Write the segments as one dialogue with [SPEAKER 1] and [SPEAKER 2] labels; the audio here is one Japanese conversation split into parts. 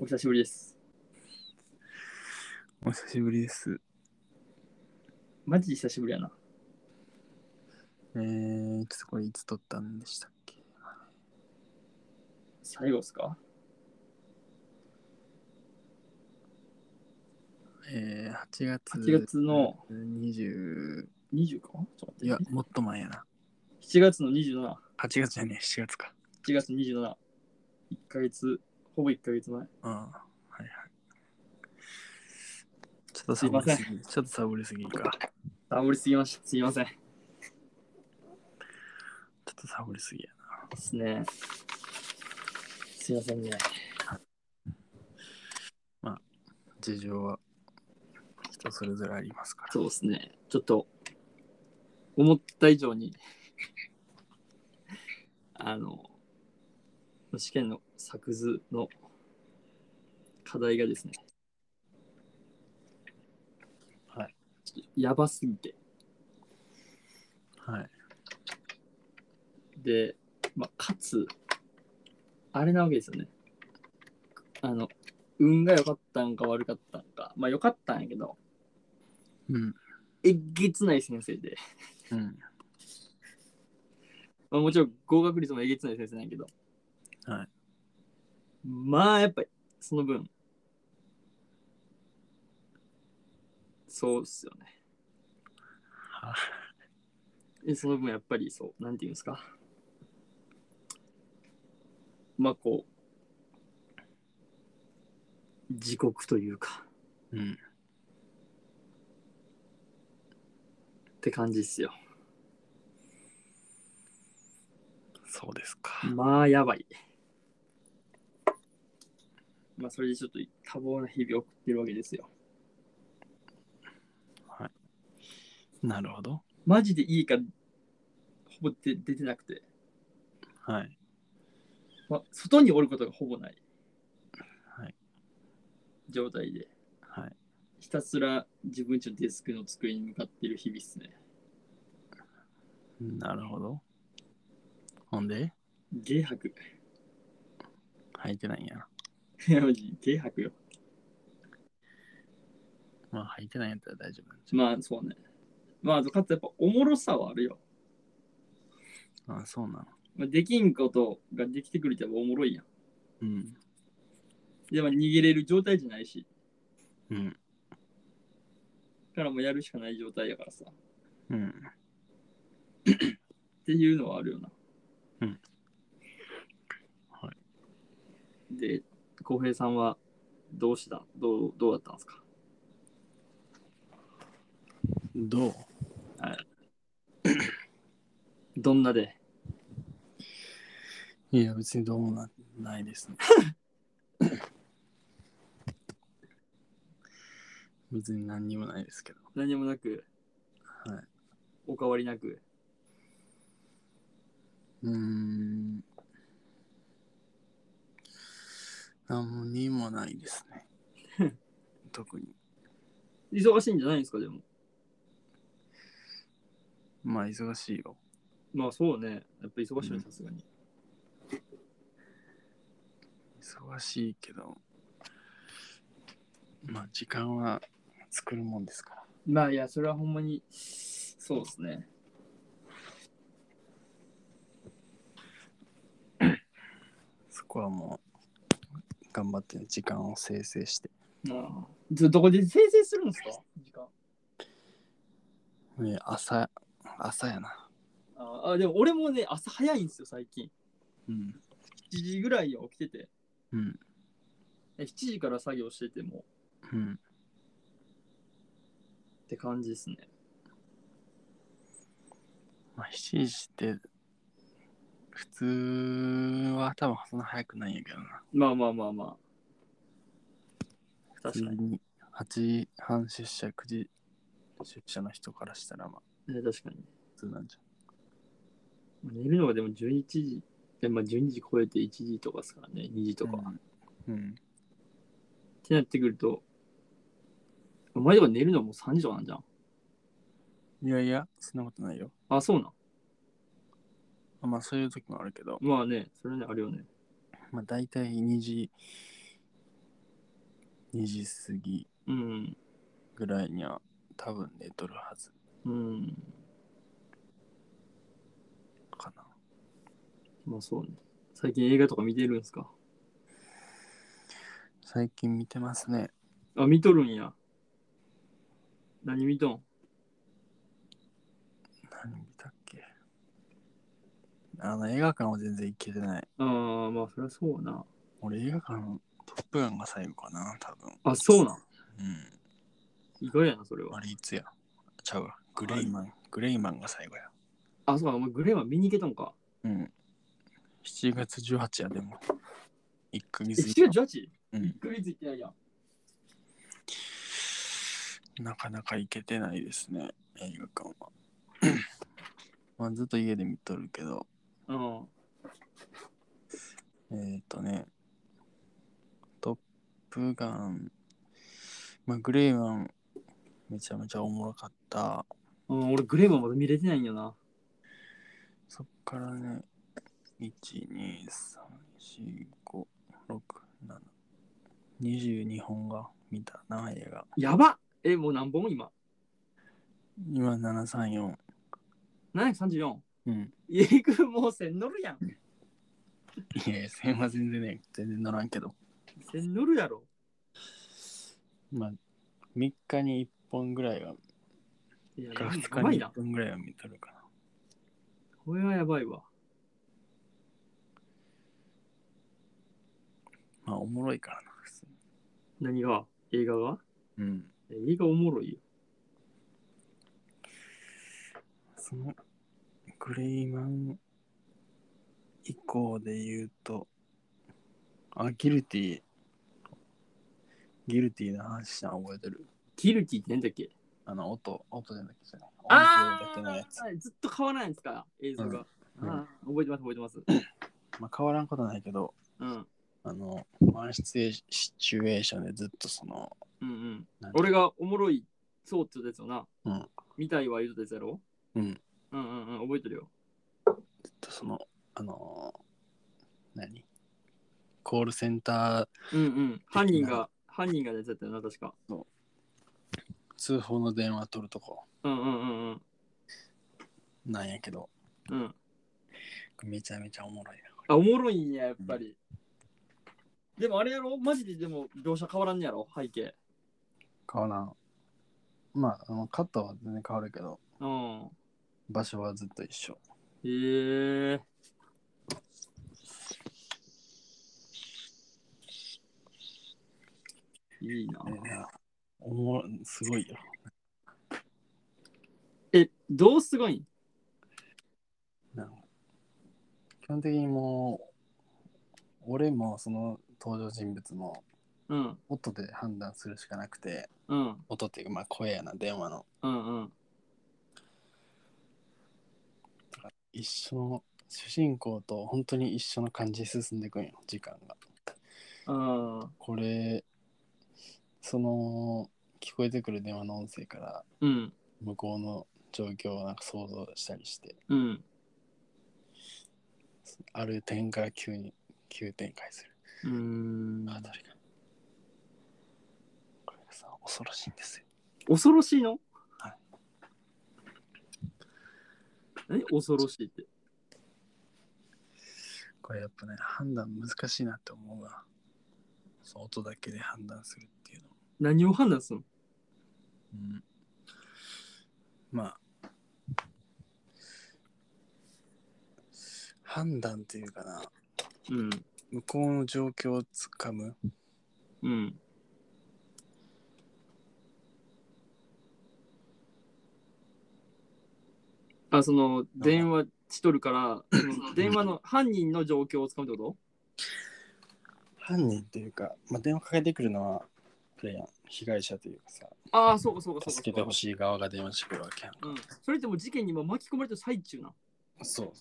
[SPEAKER 1] 久しぶりです。
[SPEAKER 2] お久しぶりです。
[SPEAKER 1] マジ久しぶりやな。
[SPEAKER 2] えー、ちょっとこれいつ撮ったんでしたっけ
[SPEAKER 1] 最後っすか
[SPEAKER 2] えー、8月
[SPEAKER 1] ?8 月の
[SPEAKER 2] 20
[SPEAKER 1] 20かちょっと待
[SPEAKER 2] いや
[SPEAKER 1] って、ね。
[SPEAKER 2] もっと前やな。
[SPEAKER 1] 7月の27。
[SPEAKER 2] 8月じゃねえ、7月か。
[SPEAKER 1] 7月27。1ヶ月、ほぼ1ヶ月前。
[SPEAKER 2] うん。はいはい。ちょっと
[SPEAKER 1] すいま
[SPEAKER 2] サボ
[SPEAKER 1] せん
[SPEAKER 2] りすぎ、ちょっとサボりすぎか。ちょ
[SPEAKER 1] ダブりすぎました。すいません。で
[SPEAKER 2] っとサボりすぎやな。
[SPEAKER 1] すね。すいませんね。
[SPEAKER 2] 事情は人それぞれありますから。
[SPEAKER 1] そうですね。ちょっと、思った以上に、 あの、試験の作図の課題がですね、
[SPEAKER 2] はい。
[SPEAKER 1] やばすぎて、
[SPEAKER 2] はい。
[SPEAKER 1] で、まあ、かつ、あれなわけですよね。あの、運が良かったんか悪かったんか、まあ良かったんやけど、
[SPEAKER 2] うん。
[SPEAKER 1] えっげつない先生で、
[SPEAKER 2] うん。
[SPEAKER 1] まあ、もちろん合格率もえげつない先生なんやけど、
[SPEAKER 2] はい。
[SPEAKER 1] まあやっぱりその分そうっすよね
[SPEAKER 2] は
[SPEAKER 1] でその分やっぱりそうなんていうんですかまあこう時刻というか
[SPEAKER 2] うん。
[SPEAKER 1] って感じっすよ
[SPEAKER 2] そうですか。
[SPEAKER 1] まあやばいまあそれでちょっと多忙な日々を送ってるわけですよ
[SPEAKER 2] なるほど。
[SPEAKER 1] マジでいいかほぼ出出てなくて、
[SPEAKER 2] はい。
[SPEAKER 1] まあ、外におることがほぼない
[SPEAKER 2] はい
[SPEAKER 1] 状態で、
[SPEAKER 2] はい。
[SPEAKER 1] ひたすら自分ちのデスクの机に向かってる日々っすね。
[SPEAKER 2] なるほど。ほんで、
[SPEAKER 1] ゲー吐く。
[SPEAKER 2] 履いてないんやな。
[SPEAKER 1] い やマジゲー吐くよ。
[SPEAKER 2] まあ、履いてないんやったら大丈夫なんじゃ
[SPEAKER 1] まあそうね。まああとかつやっぱおもろさはあるよ。
[SPEAKER 2] ああ、そうなの。
[SPEAKER 1] まあ、できんことができてくるってやっぱおもろいやん。
[SPEAKER 2] うん。
[SPEAKER 1] でも逃げれる状態じゃないし、
[SPEAKER 2] うん。
[SPEAKER 1] だからもうやるしかない状態やからさ。
[SPEAKER 2] うん。
[SPEAKER 1] っていうのはあるよな。。
[SPEAKER 2] うん。はい
[SPEAKER 1] で、浩平さんはどうしたどうどうだったんですか
[SPEAKER 2] どう
[SPEAKER 1] どんなで
[SPEAKER 2] いや、別にどうもなないですね。 別に何にもないですけど。
[SPEAKER 1] 何もなく、
[SPEAKER 2] はい。
[SPEAKER 1] おかわりなく。
[SPEAKER 2] うーん。何にもないですね。 特に。
[SPEAKER 1] 忙しいんじゃないんですかでも。
[SPEAKER 2] まあ、忙しいよ。
[SPEAKER 1] まあそうね。やっぱ忙しいね、
[SPEAKER 2] うん
[SPEAKER 1] さすがに。
[SPEAKER 2] 忙しいけど。まあ、時間は作るもんですから。
[SPEAKER 1] まあいや、それはほんまに、そうですね。
[SPEAKER 2] そこはもう、頑張って時間を生成して。
[SPEAKER 1] ああ。どどこで生成するんですか時間。
[SPEAKER 2] ね朝、朝やな。
[SPEAKER 1] ああ、でも俺もね、朝早いんですよ、最近。
[SPEAKER 2] うん。
[SPEAKER 1] 7時ぐらいには起きてて。
[SPEAKER 2] うん。
[SPEAKER 1] え7時から作業してても
[SPEAKER 2] うん。
[SPEAKER 1] って感じですね。
[SPEAKER 2] まあ、7時って、普通は多分そんな早くないんやけどな。
[SPEAKER 1] まあまあまあまあ。確か
[SPEAKER 2] 普
[SPEAKER 1] に。
[SPEAKER 2] 通に8時半出社、9時出社の人からしたら、まあ、
[SPEAKER 1] ね確かに。
[SPEAKER 2] 普通なんじ
[SPEAKER 1] 寝るのがでも11時、えまあ、12時超えて1時とかですからね、2時
[SPEAKER 2] ゃ
[SPEAKER 1] と
[SPEAKER 2] ん。
[SPEAKER 1] か。っ
[SPEAKER 2] うん。うん。
[SPEAKER 1] てなってくると、お前とか寝るのもう3時とかなんじゃん。
[SPEAKER 2] いやいや、そんなことないよ。
[SPEAKER 1] あ、そうなん。
[SPEAKER 2] まあ、そういう時もあるけど、
[SPEAKER 1] まあね、それね、あるよね。
[SPEAKER 2] まあ、大体2時、 2時過ぎ
[SPEAKER 1] うん。
[SPEAKER 2] ぐらいには多分寝とるはず
[SPEAKER 1] うん。
[SPEAKER 2] かな。
[SPEAKER 1] まあそうね。最近映画とか見てるんすか
[SPEAKER 2] 最近見てますね。
[SPEAKER 1] あ、見とるんや。何見とん
[SPEAKER 2] 何見たっけあの映画館は全然行けてない。
[SPEAKER 1] ああ、まあそりゃそうやな。
[SPEAKER 2] 俺映画館のトップガンが最後かな、多分。
[SPEAKER 1] あ、そうなん。
[SPEAKER 2] う
[SPEAKER 1] 意外やな、それ
[SPEAKER 2] ん。あ
[SPEAKER 1] は。
[SPEAKER 2] れいつやちゃうわ。グレイマン。グレイマンが最後や。
[SPEAKER 1] あ、そうか、お前グレーは見に行けたんか。
[SPEAKER 2] うん。7月18やでも。1ヶ
[SPEAKER 1] え、
[SPEAKER 2] 月以上
[SPEAKER 1] 7月 18?
[SPEAKER 2] うん
[SPEAKER 1] 1ヶ月行ってないやん。
[SPEAKER 2] なかなか行けてないですね、映画館は。まあずっと家で見とるけど、
[SPEAKER 1] うん。
[SPEAKER 2] えっ、ー、とね、トップガン、まあ、グレイマン、めちゃめちゃおもろかった。
[SPEAKER 1] うん、俺グレーはまだ見れてないんよな。
[SPEAKER 2] そっからね、1、2、3、4、5、6、7、22本が見たな、映画。
[SPEAKER 1] やばえ、もう何本今
[SPEAKER 2] 今、7、3、4。
[SPEAKER 1] ?734。
[SPEAKER 2] うん。
[SPEAKER 1] イエグもう線乗るやん。
[SPEAKER 2] いやいや、線は全然ね、全然乗らんけど。
[SPEAKER 1] 線乗るやろ。
[SPEAKER 2] まあ、3日に1本ぐらいは、
[SPEAKER 1] いや、
[SPEAKER 2] か
[SPEAKER 1] や
[SPEAKER 2] 2
[SPEAKER 1] ば
[SPEAKER 2] 日
[SPEAKER 1] い
[SPEAKER 2] に1
[SPEAKER 1] な。
[SPEAKER 2] 本ぐらいは見とるかな。
[SPEAKER 1] これはやばいわ。
[SPEAKER 2] まあ、おもろいからな、普通に。
[SPEAKER 1] 何が映画が
[SPEAKER 2] うん。
[SPEAKER 1] え映画おもろいよ。
[SPEAKER 2] そのグレイマン以降で言うと、あ、ギルティギルティの話したん覚えてる
[SPEAKER 1] ギルティって何だっけ
[SPEAKER 2] あの音、音じゃなくて、音
[SPEAKER 1] あ
[SPEAKER 2] 声だけのやつ。
[SPEAKER 1] あずっと変わらないんですか映像が。
[SPEAKER 2] うん
[SPEAKER 1] あー覚えてます覚えてます。
[SPEAKER 2] まあ、変わらんことないけど、
[SPEAKER 1] うん。うん
[SPEAKER 2] あの、ワンシチュエーシシチュエーションでずっとその、
[SPEAKER 1] うん。
[SPEAKER 2] なんて
[SPEAKER 1] 俺がおもろいそうって言ったやつよな。
[SPEAKER 2] うん
[SPEAKER 1] 見たいは言うたやつやろ
[SPEAKER 2] うん、ず
[SPEAKER 1] うんうんうん。覚えてるよ。
[SPEAKER 2] っとその、あのー、何コールセンタ
[SPEAKER 1] う
[SPEAKER 2] ー
[SPEAKER 1] んうん。犯人が、犯人がのやつやったよな、確か。
[SPEAKER 2] 通報の電話取るとこ
[SPEAKER 1] うんうんうんうん。
[SPEAKER 2] なんやけど、
[SPEAKER 1] うん、
[SPEAKER 2] めちゃめちゃおもろいな。
[SPEAKER 1] あ、おもろいんや、やっぱり。でもあれやろマジででも描写変わらんねやろ背景。
[SPEAKER 2] 変わらん。まあ、あのカットは全然変わるけど、
[SPEAKER 1] うん。
[SPEAKER 2] 場所はずっと一緒。
[SPEAKER 1] へえ。いいな。
[SPEAKER 2] おもろすごいよ。
[SPEAKER 1] え、どうすごいん
[SPEAKER 2] なんか基本的にもう、俺もその登場人物も
[SPEAKER 1] うん、
[SPEAKER 2] 音で判断するしかなくて、
[SPEAKER 1] うん、
[SPEAKER 2] 音っていうか、まあ声やな、電話の。
[SPEAKER 1] うん、うん。
[SPEAKER 2] 一緒の主人公と本当に一緒の感じで進んでいくんよ、時間が。
[SPEAKER 1] あ
[SPEAKER 2] これ、その、聞こえてくる電話の音声から、
[SPEAKER 1] ーうん、
[SPEAKER 2] 向こうの状況をなんか想像したりして
[SPEAKER 1] うん。
[SPEAKER 2] ある点から急に急展開する
[SPEAKER 1] うーん
[SPEAKER 2] あたりがこれがさ恐ろしいんですよ
[SPEAKER 1] 恐ろしいの
[SPEAKER 2] はい
[SPEAKER 1] 何恐ろしいって。
[SPEAKER 2] これやっぱね判断難しいなって思うわそう音だけで判断するっていうの
[SPEAKER 1] 何を判断すんの
[SPEAKER 2] うんまあ判断っていうかな
[SPEAKER 1] うん、
[SPEAKER 2] 向こうの状況をつかむ
[SPEAKER 1] うん、あ、その、電話しとるから、 その電話の犯人の状況をつかむってこ
[SPEAKER 2] 犯人っていうか、まあ、電話かけてくるのはプレイヤー被害者というかさ
[SPEAKER 1] とああ、そうかそうかそうか。
[SPEAKER 2] 助けてほ
[SPEAKER 1] い。
[SPEAKER 2] しい側が電話してくるわけやんか。
[SPEAKER 1] うん。それってもう事件にも巻き込まれてる最中な。
[SPEAKER 2] そう、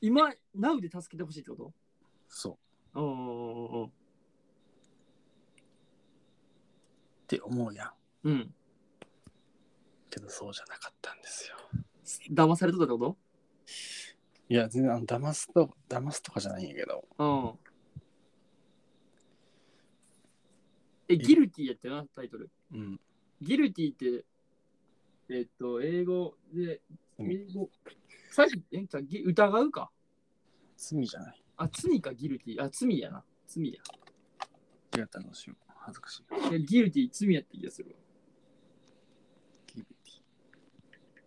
[SPEAKER 1] 今、ナウで助けてほしいってこと
[SPEAKER 2] そう。
[SPEAKER 1] うんうんうん
[SPEAKER 2] って思うやん。
[SPEAKER 1] うん。うん。
[SPEAKER 2] けどそうじゃなかったんですよ。
[SPEAKER 1] 騙されとったってこ
[SPEAKER 2] いや、全然あの騙すと、騙すとかじゃないんやけど、
[SPEAKER 1] とうん。え、ギルティやってな、タイトル。
[SPEAKER 2] うん。
[SPEAKER 1] ギルティって、えっと、英語で、
[SPEAKER 2] うん
[SPEAKER 1] 英語、さっき、えじゃあぎ疑うか。
[SPEAKER 2] 罪じゃない。
[SPEAKER 1] あ、罪か、ギルティ。あ、罪やな。罪や。
[SPEAKER 2] 違ったのしよう。恥ずかしい。
[SPEAKER 1] いやギルティ、罪やって気がするわ。
[SPEAKER 2] ギルティ。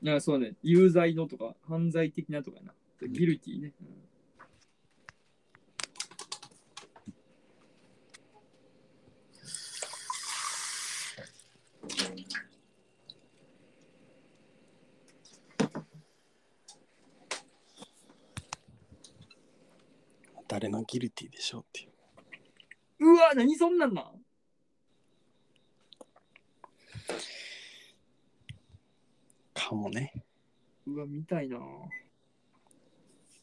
[SPEAKER 1] いや、そうね。有罪のとか、犯罪的なとかやな。ギルティね。うん
[SPEAKER 2] 誰のギルティでしょうっていう。
[SPEAKER 1] うわ、何そんなんなん
[SPEAKER 2] かもね。
[SPEAKER 1] うわ、見たいな。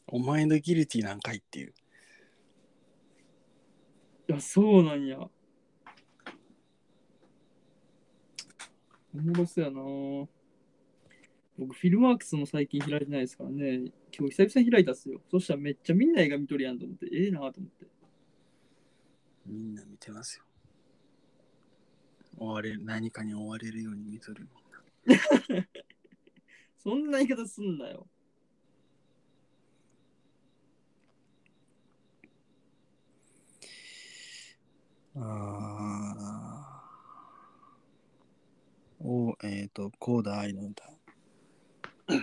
[SPEAKER 2] お前のギルティ何回っていう。
[SPEAKER 1] いや、そうなんや。おもろそうやな。僕、フィルマークスも最近開いてないですからね。今日久々開いたっすよ。そしたらめっちゃみんな映画見とるやんと思って、ええなと思って。
[SPEAKER 2] みんな見てますよ。追われる、何かに追われるように見とる。
[SPEAKER 1] そんな言い方すんなよ。
[SPEAKER 2] ああ。おえっ、ー、と、コーダ愛の歌。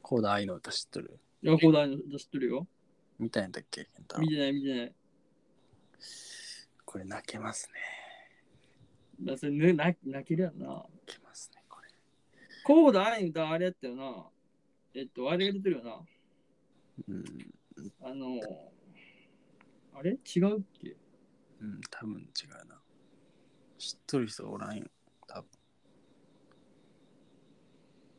[SPEAKER 2] コーダ愛の歌知っとる
[SPEAKER 1] いや、こうだの知ってるよ。
[SPEAKER 2] みたいなんだっけ健太
[SPEAKER 1] 見てない見てない。
[SPEAKER 2] これ泣けますね。
[SPEAKER 1] だそれ、ね、泣泣けるやんな。
[SPEAKER 2] 泣けますね、これ。
[SPEAKER 1] こうだ愛の歌あれやったよな。えっと、あれが出てるよな。
[SPEAKER 2] うん、
[SPEAKER 1] あのあれ違うっけ
[SPEAKER 2] うん、多分違うな。知っとる人おらんよ。多分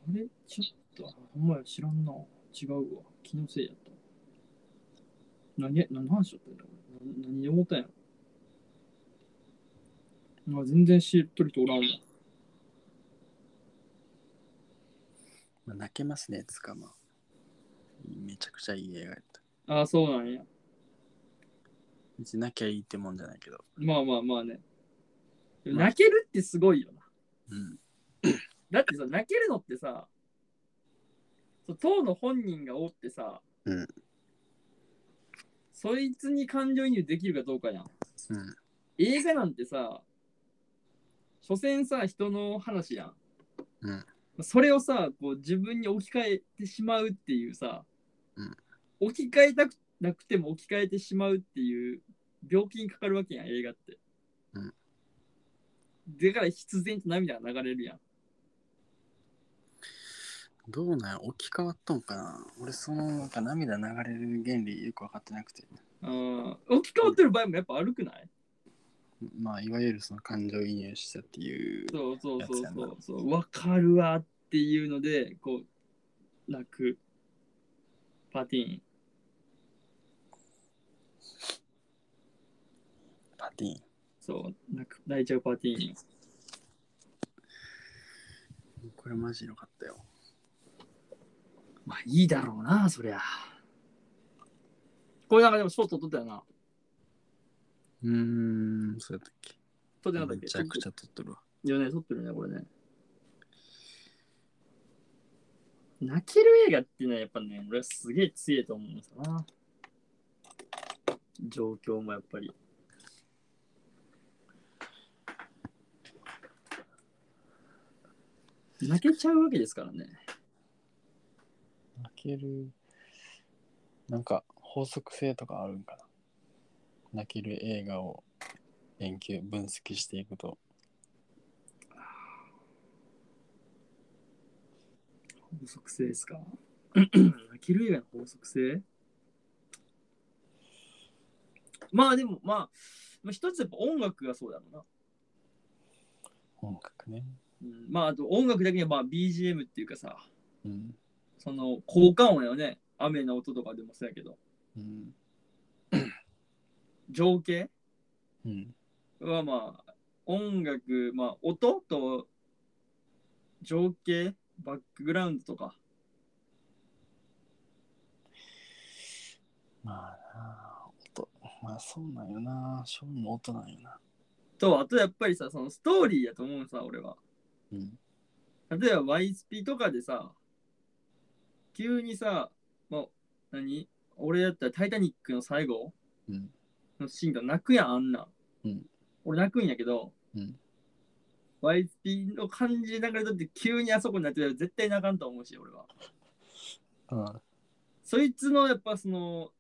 [SPEAKER 1] あれちょっと、ほんまや知らんな。違うわ。気のせいやった。何や、何の話だったんだ俺な何で思ったんやろ。まあ、全然知っとる人おらんわ。
[SPEAKER 2] まあ、泣けますね、つかまあ。めちゃくちゃいい映画やった。
[SPEAKER 1] ああ、そうなんや。
[SPEAKER 2] 別に泣きゃいいってもんじゃないけど。
[SPEAKER 1] まあまあまあね。でも泣けるってすごいよな。
[SPEAKER 2] うん。
[SPEAKER 1] だってさ、泣けるのってさ、そう当の本人がおってさ、
[SPEAKER 2] うん
[SPEAKER 1] そいつに感情移入できるかどうかやん。
[SPEAKER 2] うん。
[SPEAKER 1] 映画なんてさ、所詮さ、人の話やん。
[SPEAKER 2] うん
[SPEAKER 1] それをさ、こう自分に置き換えてしまうっていうさ、
[SPEAKER 2] うん
[SPEAKER 1] 置き換えたくなくても置き換えてしまうっていう病気にかかるわけやん、映画って。
[SPEAKER 2] うん
[SPEAKER 1] だから必然と涙が流れるやん。
[SPEAKER 2] どうなんや置き換わっとんかな俺そのなんか涙流れる原理よく分かってなくて。
[SPEAKER 1] あー置き換わってる場合もやっぱ悪くない
[SPEAKER 2] まあいわゆるその感情移入したっていう。
[SPEAKER 1] そうそうそう
[SPEAKER 2] やつ
[SPEAKER 1] そ
[SPEAKER 2] や
[SPEAKER 1] う
[SPEAKER 2] な
[SPEAKER 1] そう。わかるわっていうので、こう、泣く。パティーン。
[SPEAKER 2] パティーン。
[SPEAKER 1] そう、泣く泣いちゃうパティーン。
[SPEAKER 2] これマジよかったよ。
[SPEAKER 1] まあいいだろうな、そりゃ。これなんかでもショート取ったよな。
[SPEAKER 2] うーん、そうやったっけ
[SPEAKER 1] 取ってなかったっけ
[SPEAKER 2] めちゃくちゃ撮っとるわ。
[SPEAKER 1] いやね、撮ってるね、これね。泣ける映画っていうのはやっぱね、俺はすげえ強いと思うんですよな。状況もやっぱり。泣けちゃうわけですからね。
[SPEAKER 2] 泣ける。なんか法則性とかあるんかな泣ける映画を研究、分析していくと。
[SPEAKER 1] 法則性ですか。 泣ける映画の法則性まあでも、まあ、まあ、一つやっぱ音楽がそうだろうな。
[SPEAKER 2] 音楽ね。
[SPEAKER 1] うん、まああと音楽だけにはまあ BGM っていうかさ、
[SPEAKER 2] うん。
[SPEAKER 1] その効果音よね。雨の音とかでもそうやけど、
[SPEAKER 2] うん。
[SPEAKER 1] 情景
[SPEAKER 2] うん。
[SPEAKER 1] はまあ音楽、まあ音と情景、バックグラウンドとか。
[SPEAKER 2] まあそうなんよな。ショーンの音なんよな。
[SPEAKER 1] と、あとやっぱりさ、そのストーリーやと思うさ、俺は。
[SPEAKER 2] うん。
[SPEAKER 1] 例えば y スピとかでさ、急にさ、まあ、何俺だったらタイタニックの最後
[SPEAKER 2] うん。
[SPEAKER 1] のシーンが泣くやん、あんな。
[SPEAKER 2] うん
[SPEAKER 1] 俺泣くんやけど、
[SPEAKER 2] うん、
[SPEAKER 1] YSP の感じながらだって急にあそこになってたら絶対泣かんと思うし、俺は。
[SPEAKER 2] あ
[SPEAKER 1] そいつのやっぱその、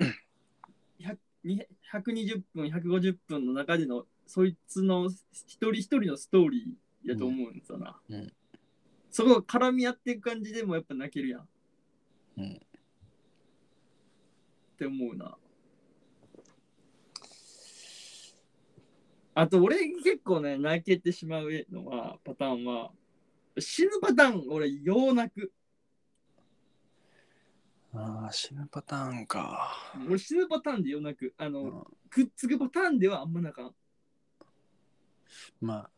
[SPEAKER 1] 100 200 120分、150分の中での、そいつの一人一人のストーリーやと思うんさな。
[SPEAKER 2] うんうん
[SPEAKER 1] そこが絡み合っていく感じでもやっぱ泣けるやん。
[SPEAKER 2] うん
[SPEAKER 1] って思うな。あと俺結構ね泣けてしまうのはパターンは死ぬパターン俺よう泣く
[SPEAKER 2] あー、死ぬパターンか。
[SPEAKER 1] 俺死ぬパターンでよう泣くあの、
[SPEAKER 2] うん
[SPEAKER 1] くっつくパターンではあんま泣かん
[SPEAKER 2] まあ、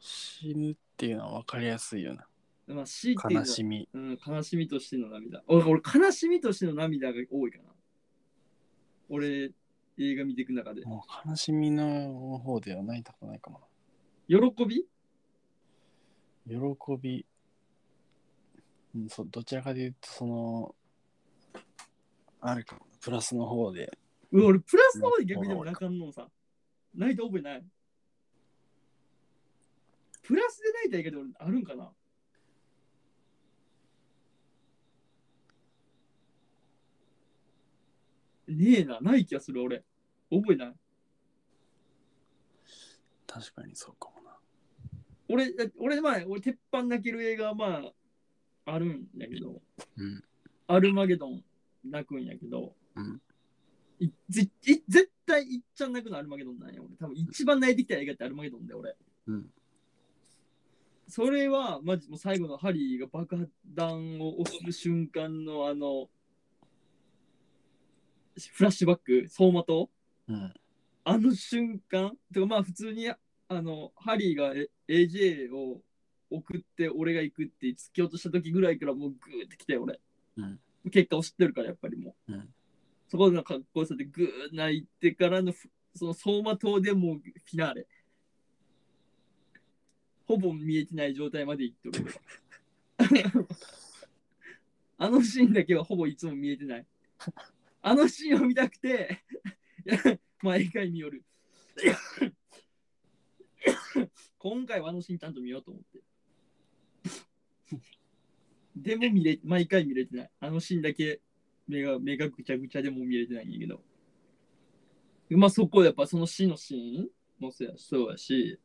[SPEAKER 2] 死ぬっていうのは分かりやすいよな。
[SPEAKER 1] まあ死っていうの
[SPEAKER 2] 悲
[SPEAKER 1] は
[SPEAKER 2] しみ。
[SPEAKER 1] うん、悲しみとしての涙俺俺悲しみとしての涙が多いかな俺映画見ていく中で
[SPEAKER 2] もう悲しみの方では泣いたことないかも
[SPEAKER 1] 喜び
[SPEAKER 2] な。喜び。うん、そうどちらかで言うと、その、あれかも、プラスの方で。
[SPEAKER 1] うん俺プラスの方で逆にでも泣かんのさ泣いた覚えないプラスで泣いた映画で俺あるんかなねえなない気がする俺覚えない
[SPEAKER 2] 確かにそうかもな。
[SPEAKER 1] 俺、だ俺、まあ、俺、鉄板泣ける映画は、まあ、あるんだけど、
[SPEAKER 2] うん。
[SPEAKER 1] アルマゲドン泣くんやけど、
[SPEAKER 2] うん
[SPEAKER 1] いぜい絶対いっちゃん泣くのアルマゲドンなんや。俺、多分一番泣いてきた映画ってアルマゲドンで、俺。
[SPEAKER 2] うん。
[SPEAKER 1] それは、マジ、もう最後のハリーが爆弾を押す瞬間の、あの、フラッシュバック、走馬灯
[SPEAKER 2] うん。
[SPEAKER 1] あの瞬間てかまあ普通にあのハリーがえ AJ を送って俺が行くって突き落とした時ぐらいからもうグーって来て俺、
[SPEAKER 2] うん
[SPEAKER 1] 結果を知ってるからやっぱりもう、
[SPEAKER 2] うん
[SPEAKER 1] そこのかっこよさでグー泣いてからのふその走馬灯でもうフィナーレほぼ見えてない状態まで行ってる俺はあのシーンだけはほぼいつも見えてないあのシーンを見たくて いや毎回見よる。今回はあのシーンちゃんと見ようと思って。でも見れ、毎回見れてない。あのシーンだけ目が目がぐちゃぐちゃでも見れてないんだけど。まあそこやっぱその死のシーンもそうやそうやし、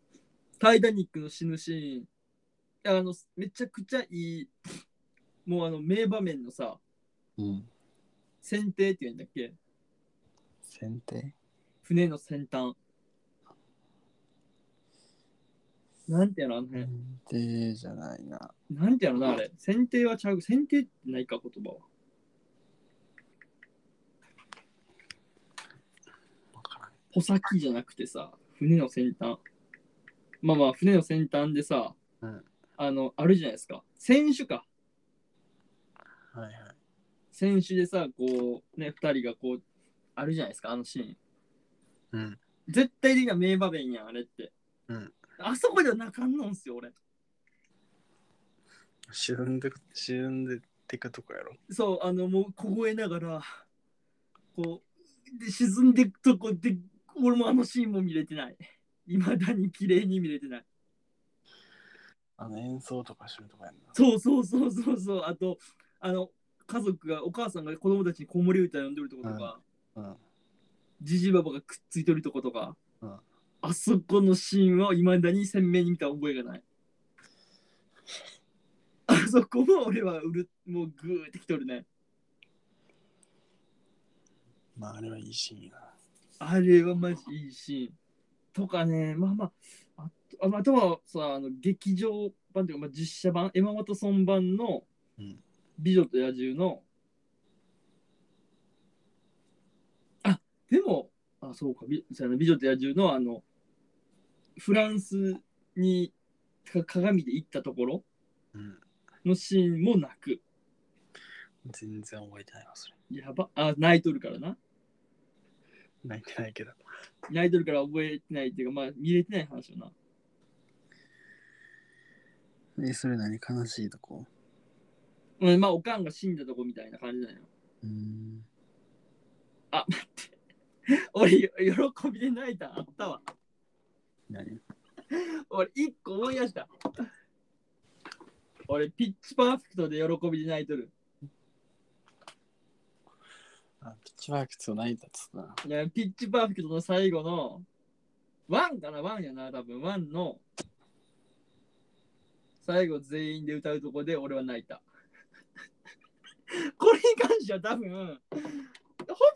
[SPEAKER 1] タイタニックの死ぬシーン、いやあのめちゃくちゃいい、もうあの名場面のさ、
[SPEAKER 2] うん。
[SPEAKER 1] 船底って言うんだっけ
[SPEAKER 2] 先手
[SPEAKER 1] 船の先端。なんてやろあの辺。
[SPEAKER 2] 先手じゃないな。
[SPEAKER 1] なんてやろなあれ。剪定はちゃう。剪定ってないか言葉は。
[SPEAKER 2] わからん。
[SPEAKER 1] 穂先じゃなくてさ、船の先端。まあまあ、船の先端でさ、
[SPEAKER 2] うん
[SPEAKER 1] あの、あるじゃないですか。船首か。
[SPEAKER 2] はいはい。
[SPEAKER 1] 船首でさ、こう、ね、二人がこう、あるじゃないですか、あのシーン。
[SPEAKER 2] うん。
[SPEAKER 1] 絶対的な名場面やん、あれって。
[SPEAKER 2] うん
[SPEAKER 1] あそこでは泣かんのんすよ、俺。
[SPEAKER 2] 沈んで、沈んでってかとこやろ。
[SPEAKER 1] そう、あの、もう凍えながら、こう、で沈んでいくとこで、俺もあのシーンも見れてない。いまだに綺麗に見れてない。
[SPEAKER 2] あの演奏とかするとこやんな。
[SPEAKER 1] そうそうそうそうそう。あと、あの、家族が、お母さんが子供たちに子守歌呼んでるとことか、
[SPEAKER 2] うん。
[SPEAKER 1] じじばばがくっついてるとことか、
[SPEAKER 2] うん
[SPEAKER 1] あそこのシーンはいまだに鮮明に見た覚えが ない。あそこも俺はうる、もうグーってきとるね。
[SPEAKER 2] まああれはいいシーンやな。
[SPEAKER 1] あれはマジいいシーン。とかね、まあまあ、あとあまああとはさ、あの劇場版というか、まあ、実写版、エマ・ワトソン版の
[SPEAKER 2] うん
[SPEAKER 1] 美女と野獣の、あでも、あ、そうか、美そうやな美女と野獣のあの、フランスにか鏡で行ったところ
[SPEAKER 2] うん。
[SPEAKER 1] のシーンも泣く。
[SPEAKER 2] 全然覚えてないわ、それ。
[SPEAKER 1] やば、あ、泣いとるからな。
[SPEAKER 2] 泣いてないけど。
[SPEAKER 1] 泣いてるから覚えてないっていうか、まあ見れてない話よな。
[SPEAKER 2] え、それ何悲しいとこ
[SPEAKER 1] うん、まあおかんが死んだとこみたいな感じだよ。
[SPEAKER 2] うーん。
[SPEAKER 1] 俺、喜びで泣いたんあったわ。
[SPEAKER 2] 何
[SPEAKER 1] 俺、一個思い出した。俺、ピッチパーフェクトで喜びで泣いとる。
[SPEAKER 2] あ、ピッチワーク2泣いたっつったな。
[SPEAKER 1] いやピッチパーフェクトの最後の、ワンかなワンやな、多分ワンの、最後全員で歌うとこで俺は泣いた。 これに関しては多分、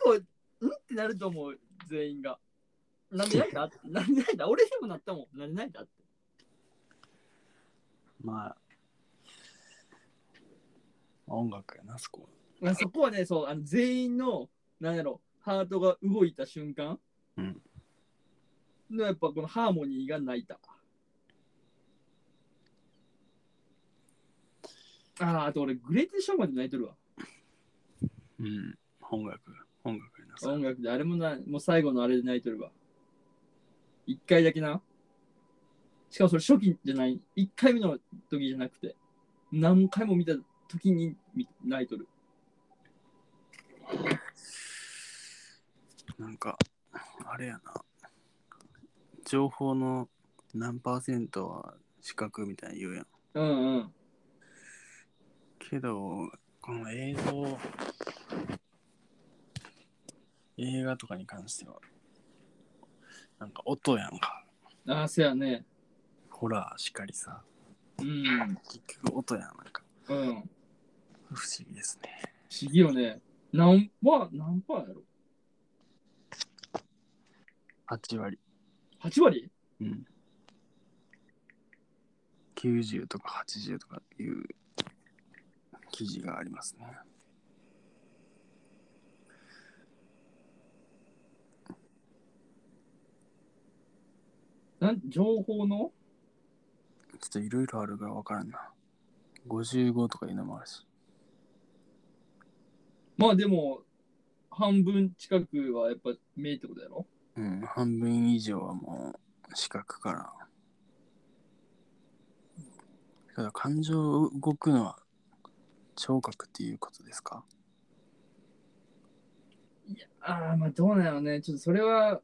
[SPEAKER 1] ほぼ、んってなると思う、全員が。なんで泣いたなんで泣いた俺でもなったもん。なんで泣いたって。
[SPEAKER 2] まあ、音楽やな、そこは。
[SPEAKER 1] まあ、そこはね、そう、あの全員の、なんやろ、ハートが動いた瞬間
[SPEAKER 2] うん
[SPEAKER 1] の、やっぱこのハーモニーが泣いた。ああ、あと俺、グレーティショーまで泣いてるわ。
[SPEAKER 2] うん。音楽、音楽やな、それ
[SPEAKER 1] 音楽で、あれもな、もう最後のあれで泣いてるわ。一回だけな。しかもそれ初期じゃない、一回目の時じゃなくて、何回も見た時に見泣いとる。
[SPEAKER 2] なんか、あれやな。情報の何パーセントは視覚みたいに言うやん。
[SPEAKER 1] うんうん。
[SPEAKER 2] けど、この映像、映画とかに関しては、なんか音やんか。
[SPEAKER 1] ああ、そやね。
[SPEAKER 2] ホラーしかりさ。
[SPEAKER 1] うん。
[SPEAKER 2] 結局音やん、なんか。
[SPEAKER 1] うん。
[SPEAKER 2] 不思議ですね。
[SPEAKER 1] 不思議よね。何パー、何パーやろ
[SPEAKER 2] 8割。
[SPEAKER 1] ?8 割
[SPEAKER 2] うん。90とか80とかいう記事がありますね。
[SPEAKER 1] なん情報の
[SPEAKER 2] ちょっといろいろあるから分からんな。55とかいうのもあるし。
[SPEAKER 1] まあでも、半分近くはやっぱ目ってことやろ
[SPEAKER 2] うん、半分以上はもう視覚から。ただ感情動くのは聴覚っていうことですか
[SPEAKER 1] ああ、まあどうなのね。ちょっとそれは、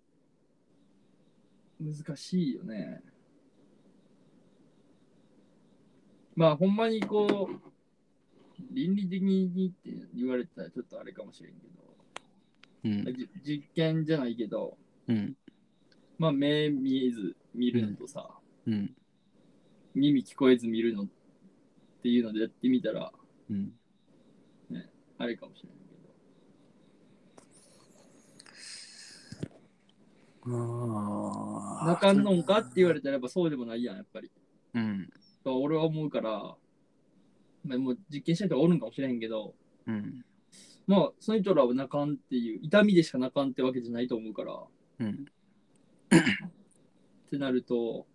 [SPEAKER 1] 難しいよね。まあほんまにこう、倫理的にって言われたらちょっとあれかもしれんけど、
[SPEAKER 2] うん。
[SPEAKER 1] じ実験じゃないけど、
[SPEAKER 2] うん。
[SPEAKER 1] まあ目見えず見るのとさ、
[SPEAKER 2] うん。
[SPEAKER 1] 耳聞こえず見るのっていうのでやってみたら
[SPEAKER 2] うん。
[SPEAKER 1] あれかもしれないけど
[SPEAKER 2] ああ。
[SPEAKER 1] 泣かんのんかって言われたらやっぱそうでもないやんやっぱり
[SPEAKER 2] うん。
[SPEAKER 1] と俺は思うから、まあ、もう実験した人がおるんかもしれへんけど
[SPEAKER 2] うん。
[SPEAKER 1] まあその人らは泣かんっていう痛みでしか泣かんってわけじゃないと思うからっ
[SPEAKER 2] うん。
[SPEAKER 1] てなると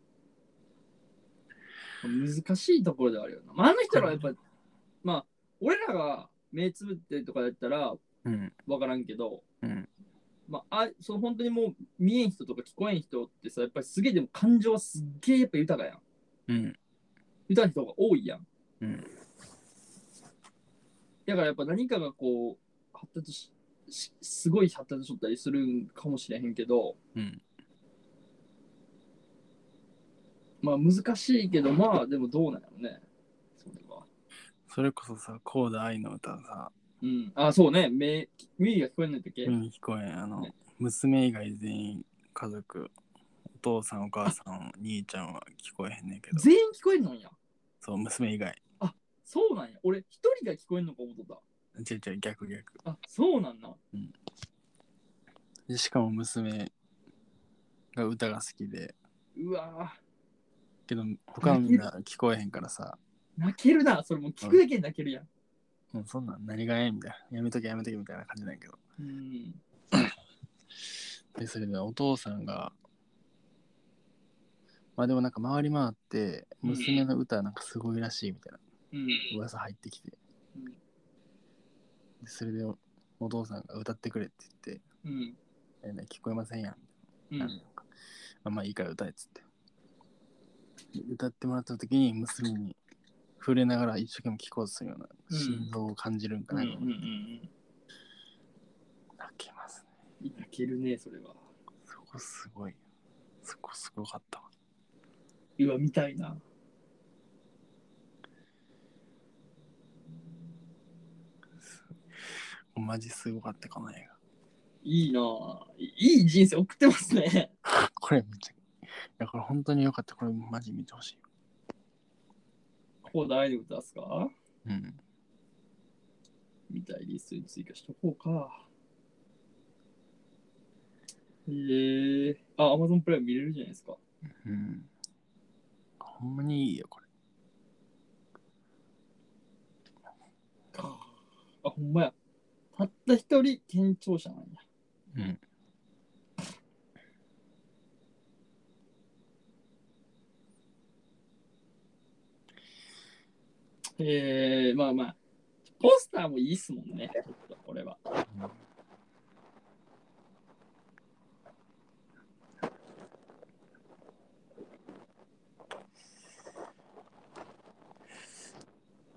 [SPEAKER 1] 難しいところではあるよな、まあ、あの人らはやっぱまあ俺らが目つぶってとかやったら
[SPEAKER 2] うん。
[SPEAKER 1] 分からんけど、
[SPEAKER 2] うん
[SPEAKER 1] まあ、あその本当にもう見えん人とか聞こえん人ってさやっぱりすげえでも感情はすっげえやっぱ豊かやん
[SPEAKER 2] うん。
[SPEAKER 1] 豊かな人が多いやん、
[SPEAKER 2] うん
[SPEAKER 1] だからやっぱ何かがこう発達ししすごい発達しとったりするんかもしれへんけど
[SPEAKER 2] うん。
[SPEAKER 1] まあ難しいけどまあでもどうなんやろねそれは
[SPEAKER 2] それこそさ、コーダ愛の歌さ、
[SPEAKER 1] うんあそうね目耳が聞こえないとき、
[SPEAKER 2] うん、聞こえんあの、娘以外全員家族、お父さん、お母さん、兄ちゃんは聞こえへんねんけど、
[SPEAKER 1] 全員聞こえんのんや
[SPEAKER 2] そう、娘以外。
[SPEAKER 1] そうなんや俺一人が聞こえんのか思っとっ
[SPEAKER 2] 違う違う、逆逆。
[SPEAKER 1] たあそうなんな
[SPEAKER 2] でしかも娘が歌が好きで
[SPEAKER 1] うわぁ
[SPEAKER 2] けど他のみんな聞こえへんからさ
[SPEAKER 1] 泣けるな、それもう聞くだけで泣けるやん。
[SPEAKER 2] もうそんなん何がええみたいなやめとけやめとけみたいな感じなんやけど
[SPEAKER 1] うん。
[SPEAKER 2] でそれでお父さんがまあでもなんか回り回って
[SPEAKER 1] うん
[SPEAKER 2] 娘の歌なんかすごいらしいみたいな
[SPEAKER 1] うん。
[SPEAKER 2] 噂入ってきて
[SPEAKER 1] うん
[SPEAKER 2] でそれでおお父さんが歌ってくれって言って
[SPEAKER 1] うん。
[SPEAKER 2] えね聞こえませんやん。
[SPEAKER 1] うん
[SPEAKER 2] なるのかあまあいいから歌えっつって。歌ってもらった時に娘に触れながら一生懸命聴こうとするような
[SPEAKER 1] うん
[SPEAKER 2] 振動を感じるんか
[SPEAKER 1] うんう
[SPEAKER 2] な。
[SPEAKER 1] んうん
[SPEAKER 2] 泣けますね。
[SPEAKER 1] うん。いけるね、それは。
[SPEAKER 2] そこすごいよ。そこすごかったわ。
[SPEAKER 1] うわ、見たいな。
[SPEAKER 2] マジすごかったこの映
[SPEAKER 1] いいなあいいい人生送ってますね。
[SPEAKER 2] 画。これめっちゃ。いやこれ本当に良かった。これマジ見てほしい。
[SPEAKER 1] こう誰の歌ですか
[SPEAKER 2] うん。
[SPEAKER 1] みたいリストに追加しとこうか。えー、あ、Amazon プライム見れるじゃないですか。
[SPEAKER 2] うん。ほんまにいいよこれ。
[SPEAKER 1] あ、ほんまや。たった一人、健聴者なんや。
[SPEAKER 2] うん。
[SPEAKER 1] えー、まあまあ、ポスターもいいっすもんね、ちょっとこれは。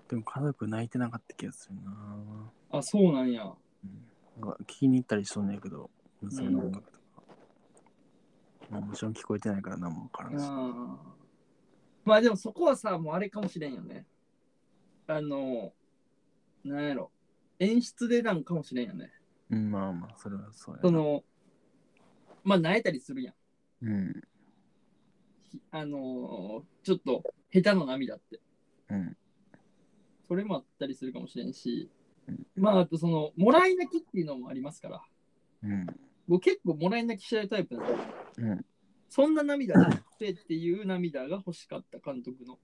[SPEAKER 2] でも家族泣いてなかった気がするな。
[SPEAKER 1] あ、そうなんや。
[SPEAKER 2] なんか聞きに行ったりしそうねんやけど、娘の音楽とか。まあもちろん聞こえてないから何もわからんし。
[SPEAKER 1] あーまあでもそこはさ、もうあれかもしれんよね。あの、なんやろ。演出でなんかもしれんよね。
[SPEAKER 2] うん、まあまあ、それはそうやな。
[SPEAKER 1] その、まあ、泣いたりするやん。
[SPEAKER 2] うん、
[SPEAKER 1] ひあのーちょっと、下手の涙って。
[SPEAKER 2] うん、
[SPEAKER 1] それもあったりするかもしれんし
[SPEAKER 2] うん。
[SPEAKER 1] まあ、あとその、もらい泣きっていうのもありますから。
[SPEAKER 2] うん、
[SPEAKER 1] 僕結構もらい泣きしちゃうタイプなんで、
[SPEAKER 2] うん
[SPEAKER 1] そんな涙があってっていう涙が欲しかった監督の。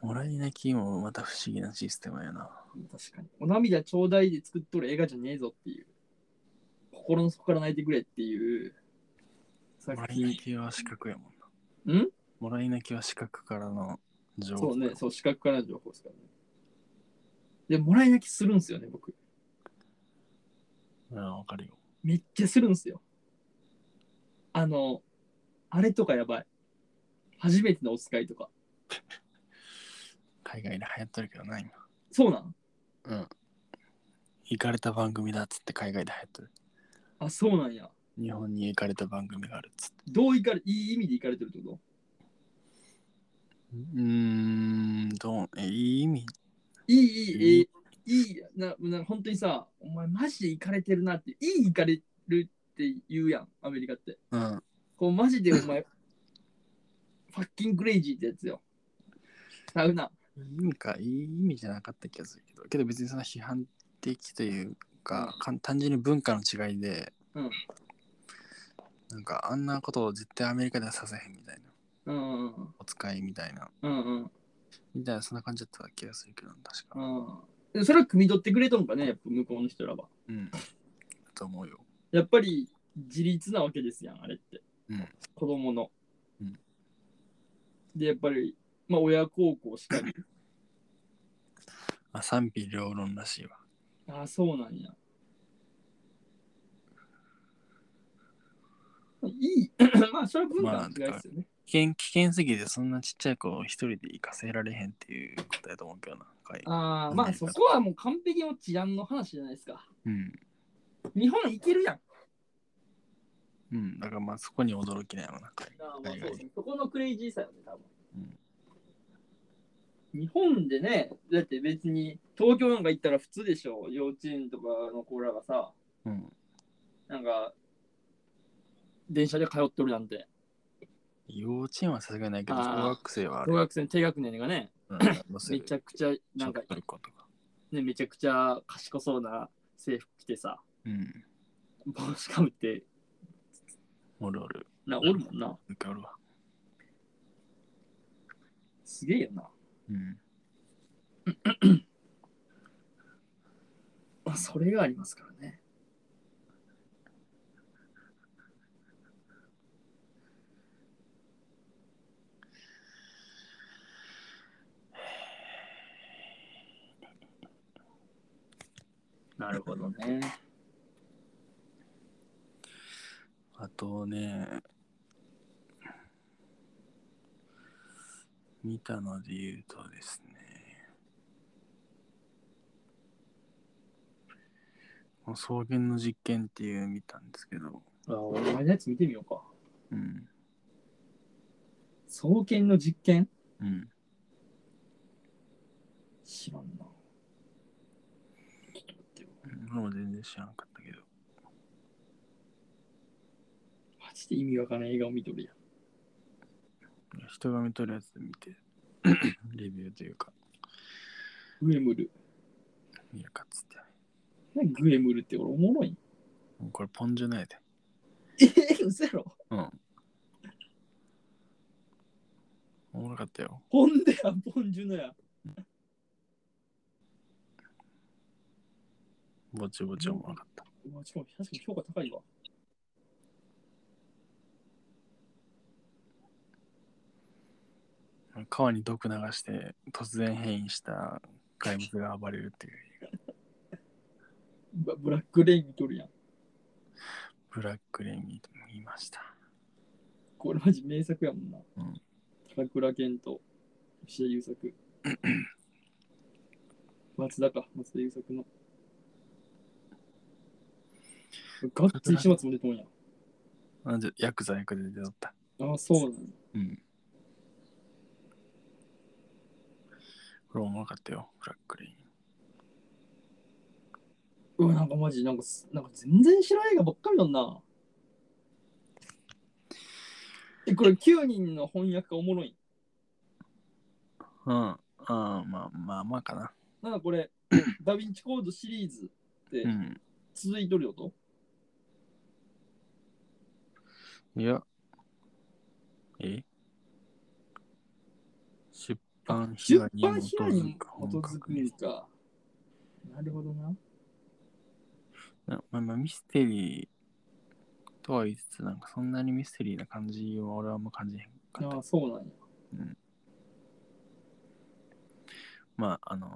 [SPEAKER 2] もらい泣きもまた不思議なシステムやな。
[SPEAKER 1] 確かに。お涙ちょうだいで作っとる映画じゃねえぞっていう。心の底から泣いてくれっていう作
[SPEAKER 2] もらい泣
[SPEAKER 1] 品。
[SPEAKER 2] きは視覚やもんな。
[SPEAKER 1] ん
[SPEAKER 2] もらい泣きは視覚からの情報。
[SPEAKER 1] そうね、そう、視覚からの情報ですからね。で、もらい泣きするんすよね、僕。
[SPEAKER 2] うん、わかるよ。
[SPEAKER 1] めっちゃするんすよ。あの、あれとかやばい。初めてのお使いとか。
[SPEAKER 2] 海外で流行ってるけどな、今。
[SPEAKER 1] そうなん
[SPEAKER 2] うん。行かれた番組だっつって海外で流行ってる。
[SPEAKER 1] あ、そうなんや。
[SPEAKER 2] 日本に行かれた番組があるっつって。
[SPEAKER 1] どういかれ、いい意味でいかれてるってこと
[SPEAKER 2] うーん、どう、え、いい意味
[SPEAKER 1] いい、いい、えーいい、な、な、本当にさ、お前マジで行かれてるなって、いい行かれるって言うやん、アメリカって。
[SPEAKER 2] うん。
[SPEAKER 1] こう、マジでお 前、ファッキンクレイジーってやつよ。ちゃうな。
[SPEAKER 2] 意味か、いい意味じゃなかった気がするけど、けど別にその批判的というか、かん単純に文化の違いで、
[SPEAKER 1] うん
[SPEAKER 2] なんかあんなことを絶対アメリカではさせへんみたいな、
[SPEAKER 1] うんうん
[SPEAKER 2] お使いみたいな、
[SPEAKER 1] うんうん
[SPEAKER 2] みたいなそんな感じだった気がするけど、確か。
[SPEAKER 1] うん。でそれは汲み取ってくれとんかね、やっぱ向こうの人らは。
[SPEAKER 2] うん。だと思うよ。
[SPEAKER 1] やっぱり自立なわけですやん、あれって。
[SPEAKER 2] うん
[SPEAKER 1] 子供の。
[SPEAKER 2] うん
[SPEAKER 1] で、やっぱり、まあ、親孝行したり。
[SPEAKER 2] まあ、賛否両論らしいわ。
[SPEAKER 1] ああ、そうなんや。いい。 まあ、それは文化の違いですよね。
[SPEAKER 2] 危険危険すぎてそんなちっちゃい子を一人で行かせられへんっていうことやと思うけどな。はい
[SPEAKER 1] ああ、まあ、そこはもう完璧の治安の話じゃないですか。
[SPEAKER 2] うん。
[SPEAKER 1] 日本いけるやん。
[SPEAKER 2] うん。だからまあそこに驚きないわな。はい
[SPEAKER 1] あ
[SPEAKER 2] まあそうです
[SPEAKER 1] そこのクレイジーさよね、多分。
[SPEAKER 2] うん
[SPEAKER 1] 日本でね、だって別に東京なんか行ったら普通でしょ、幼稚園とかの子らがさ、
[SPEAKER 2] うん。
[SPEAKER 1] なんか電車で通っとるなんて、
[SPEAKER 2] 幼稚園はさすがにないけど、
[SPEAKER 1] あー
[SPEAKER 2] 小学生はあ
[SPEAKER 1] 小
[SPEAKER 2] れ。
[SPEAKER 1] 学生の低学年がね、
[SPEAKER 2] うん乗せ
[SPEAKER 1] め
[SPEAKER 2] る
[SPEAKER 1] ちゃくちゃ、なんか
[SPEAKER 2] シャトル子とか。
[SPEAKER 1] ね、めちゃくちゃ賢そうな制服着てさ、
[SPEAKER 2] うん。
[SPEAKER 1] 帽子かぶって、
[SPEAKER 2] おるおる。
[SPEAKER 1] な、おるもんな。
[SPEAKER 2] いっぱいおるわ。
[SPEAKER 1] すげえよな。
[SPEAKER 2] うん。
[SPEAKER 1] まあ、それがありますからね。なるほどね。
[SPEAKER 2] あとね、見たので言うとですね、もう草原の実験っていう見たんですけど、
[SPEAKER 1] あ、お前のやつ見てみようか。
[SPEAKER 2] うん、
[SPEAKER 1] 双剣の実験
[SPEAKER 2] うん、
[SPEAKER 1] 知らんな。ちょっと待ってよ。
[SPEAKER 2] もう全然知らなかったけど、
[SPEAKER 1] マジで意味わからん映画を見とるやん。
[SPEAKER 2] 人が見とるやつで見て、 レビューというか、
[SPEAKER 1] グエムル。
[SPEAKER 2] 見るかっつってね。
[SPEAKER 1] 何グエムルって俺おもろいん
[SPEAKER 2] もうこれポンジュないで。
[SPEAKER 1] ええ、嘘やろ。
[SPEAKER 2] うん。おもろかったよ。
[SPEAKER 1] ほんでや、ポンジュのや。
[SPEAKER 2] ぼちぼちおもろかった。
[SPEAKER 1] うわ、ちょっと確かに評価高いわ。
[SPEAKER 2] 川に毒流して突然変異した怪物が暴れるっていう映
[SPEAKER 1] うわブラックレイン見とるやん。
[SPEAKER 2] 画。ブラックレインにもいました。
[SPEAKER 1] これマジ名作やもんな。
[SPEAKER 2] うん
[SPEAKER 1] 高倉健と吉田優 作。松田か、松田優作の。ガッツ石松も出てもんや
[SPEAKER 2] なんでヤクザ役で出とった。
[SPEAKER 1] ん。ああ、そうなの。
[SPEAKER 2] うん。これおもろかったよ、ブラックレイン。
[SPEAKER 1] うわ、なんかマジ、なんかす、なんか全然知らん映画ばっかりだな。え、これ9人の翻訳がおもろい。
[SPEAKER 2] うん。ああ、まあまあまあかな。
[SPEAKER 1] なんかこ れ、ダヴィンチコードシリーズって
[SPEAKER 2] うん。
[SPEAKER 1] 続いとるよと。
[SPEAKER 2] いや。え出版秘
[SPEAKER 1] 出
[SPEAKER 2] 話に
[SPEAKER 1] 版秘話に
[SPEAKER 2] 基
[SPEAKER 1] 基づくんか。なるほどな。
[SPEAKER 2] なまあまあミステリーとは言いつつなんかそんなにミステリーな感じは俺はあんま感じへんかった
[SPEAKER 1] ああ、そうなんや。
[SPEAKER 2] まああのー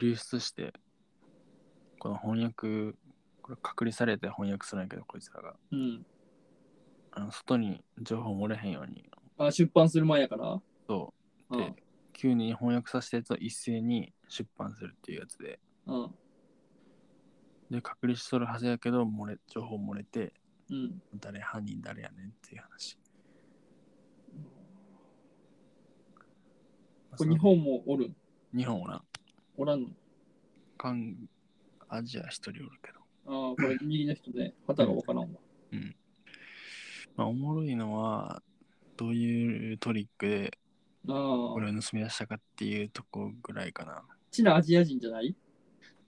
[SPEAKER 2] 流出してこの翻訳これ隔離されて翻訳するんやけどこいつらが
[SPEAKER 1] うん。
[SPEAKER 2] あの外に情報漏れへんように
[SPEAKER 1] あ、出版する前やから。
[SPEAKER 2] と
[SPEAKER 1] うん
[SPEAKER 2] で急に翻訳させたやつを一斉に出版するっていうやつで
[SPEAKER 1] うん。
[SPEAKER 2] で隔離しとるはずやけど漏れ情報漏れて
[SPEAKER 1] うん。
[SPEAKER 2] 誰犯人誰やねんっていう話
[SPEAKER 1] これ日本もおるん。
[SPEAKER 2] 日本はな
[SPEAKER 1] おらんの。
[SPEAKER 2] 韓アジア一人おるけど
[SPEAKER 1] ああ、これ右の人で、旗がわからんわ。
[SPEAKER 2] まあ、おもろいのはどういうトリックで
[SPEAKER 1] あ
[SPEAKER 2] こ
[SPEAKER 1] あ、
[SPEAKER 2] れを盗み出したかっていうとこぐらいかな。
[SPEAKER 1] チナアジア人じゃない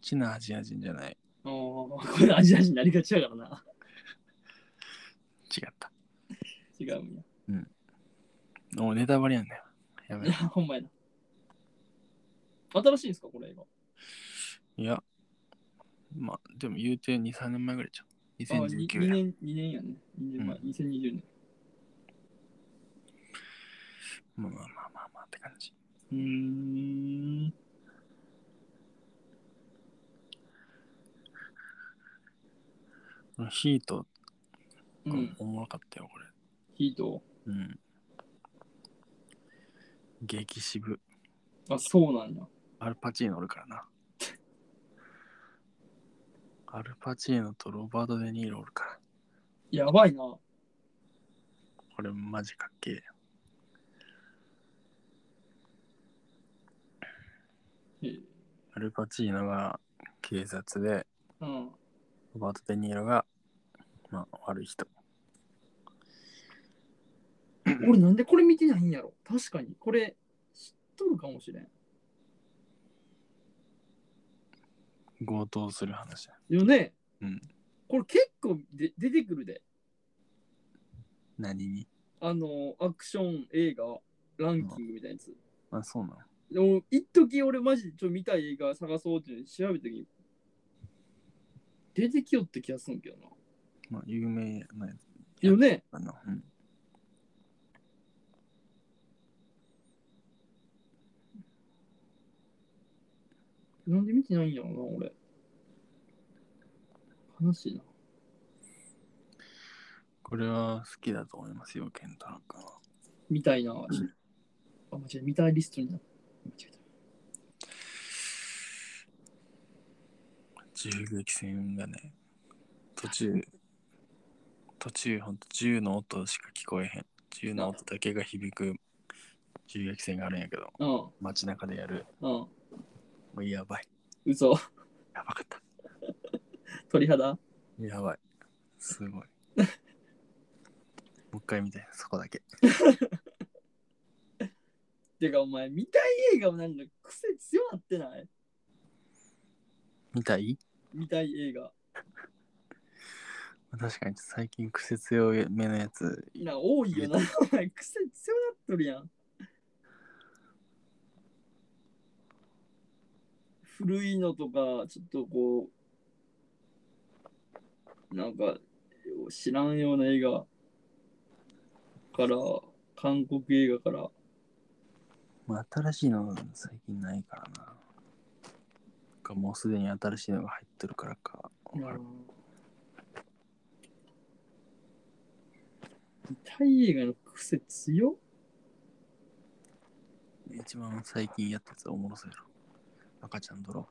[SPEAKER 2] チナアジア人じゃない。
[SPEAKER 1] ああ、これアジア人になりがちやからな。
[SPEAKER 2] 違った。
[SPEAKER 1] 違うんや。
[SPEAKER 2] もうネタバレやんだよ。や
[SPEAKER 1] い
[SPEAKER 2] べ
[SPEAKER 1] や、。ほんまやな。新しいんですか、これ映画。
[SPEAKER 2] いや、まあでも言うて2、3年前ぐらいじゃん。
[SPEAKER 1] ああ、2,
[SPEAKER 2] 2019年。
[SPEAKER 1] 年、2年やね。2年前、
[SPEAKER 2] う
[SPEAKER 1] 2020年。
[SPEAKER 2] まあまあまあまあまあって感じ。
[SPEAKER 1] うーん。
[SPEAKER 2] ヒート、
[SPEAKER 1] うん。
[SPEAKER 2] おもろかったよ、これ。
[SPEAKER 1] ヒート。
[SPEAKER 2] うん。激渋。
[SPEAKER 1] あ、そうなんや。
[SPEAKER 2] アルパチーノおるからな。 アルパチーノとロバート・デ・ニーロおるから。
[SPEAKER 1] やばいな。
[SPEAKER 2] これマジかっけえ。
[SPEAKER 1] えー
[SPEAKER 2] アルパチーノが警察で、
[SPEAKER 1] うん。
[SPEAKER 2] ロバート・デ・ニーロが、まあ、悪い人。
[SPEAKER 1] 俺なんでこれ見てないんやろ確かに。これ知っとるかもしれん。
[SPEAKER 2] 強盗する話だ。
[SPEAKER 1] よね。
[SPEAKER 2] うん
[SPEAKER 1] これ結構で出てくるで。
[SPEAKER 2] 何に
[SPEAKER 1] あの、アクション映画ランキングみたいなやつ。
[SPEAKER 2] あ、そうなの
[SPEAKER 1] でも、一時俺マジでちょっと見たい映画探そうっていうの調べた時に、出てきよって気がするんけどな。
[SPEAKER 2] まあ、有名なやつ。
[SPEAKER 1] よね。
[SPEAKER 2] あの、うん。
[SPEAKER 1] なんで見てないんやろな、俺。悲しいな。
[SPEAKER 2] これは好きだと思いますよ、ケンタロウ君は。
[SPEAKER 1] みたいな。あ、間違えた、見たいリストになった。間違えた
[SPEAKER 2] 銃撃戦がね、途中、途中、ほんと銃の音しか聞こえへん。銃の音だけが響く銃撃戦があるんやけど、
[SPEAKER 1] うん、
[SPEAKER 2] 街中でやる。
[SPEAKER 1] うん。
[SPEAKER 2] もうやばい。
[SPEAKER 1] 嘘。
[SPEAKER 2] やばかった。
[SPEAKER 1] 鳥肌
[SPEAKER 2] やばい。すごい。も う一回見て、そこだけ。
[SPEAKER 1] てか、お前、見たい映画もなんか癖強なってない
[SPEAKER 2] 見たい
[SPEAKER 1] 見たい映画。
[SPEAKER 2] 確かに最近癖強めのやつ
[SPEAKER 1] な、多いよな。お前、癖強なっとるやん。古いのとか、ちょっとこう、なんか、知らんような映画から、韓国映画から、
[SPEAKER 2] まあ、新しいの最近ないからな。かもうすでに新しいのが入ってるからか。
[SPEAKER 1] タイ映画の癖強っ
[SPEAKER 2] 一番最近やったやつおもろそうやろ。赤ちゃん泥棒、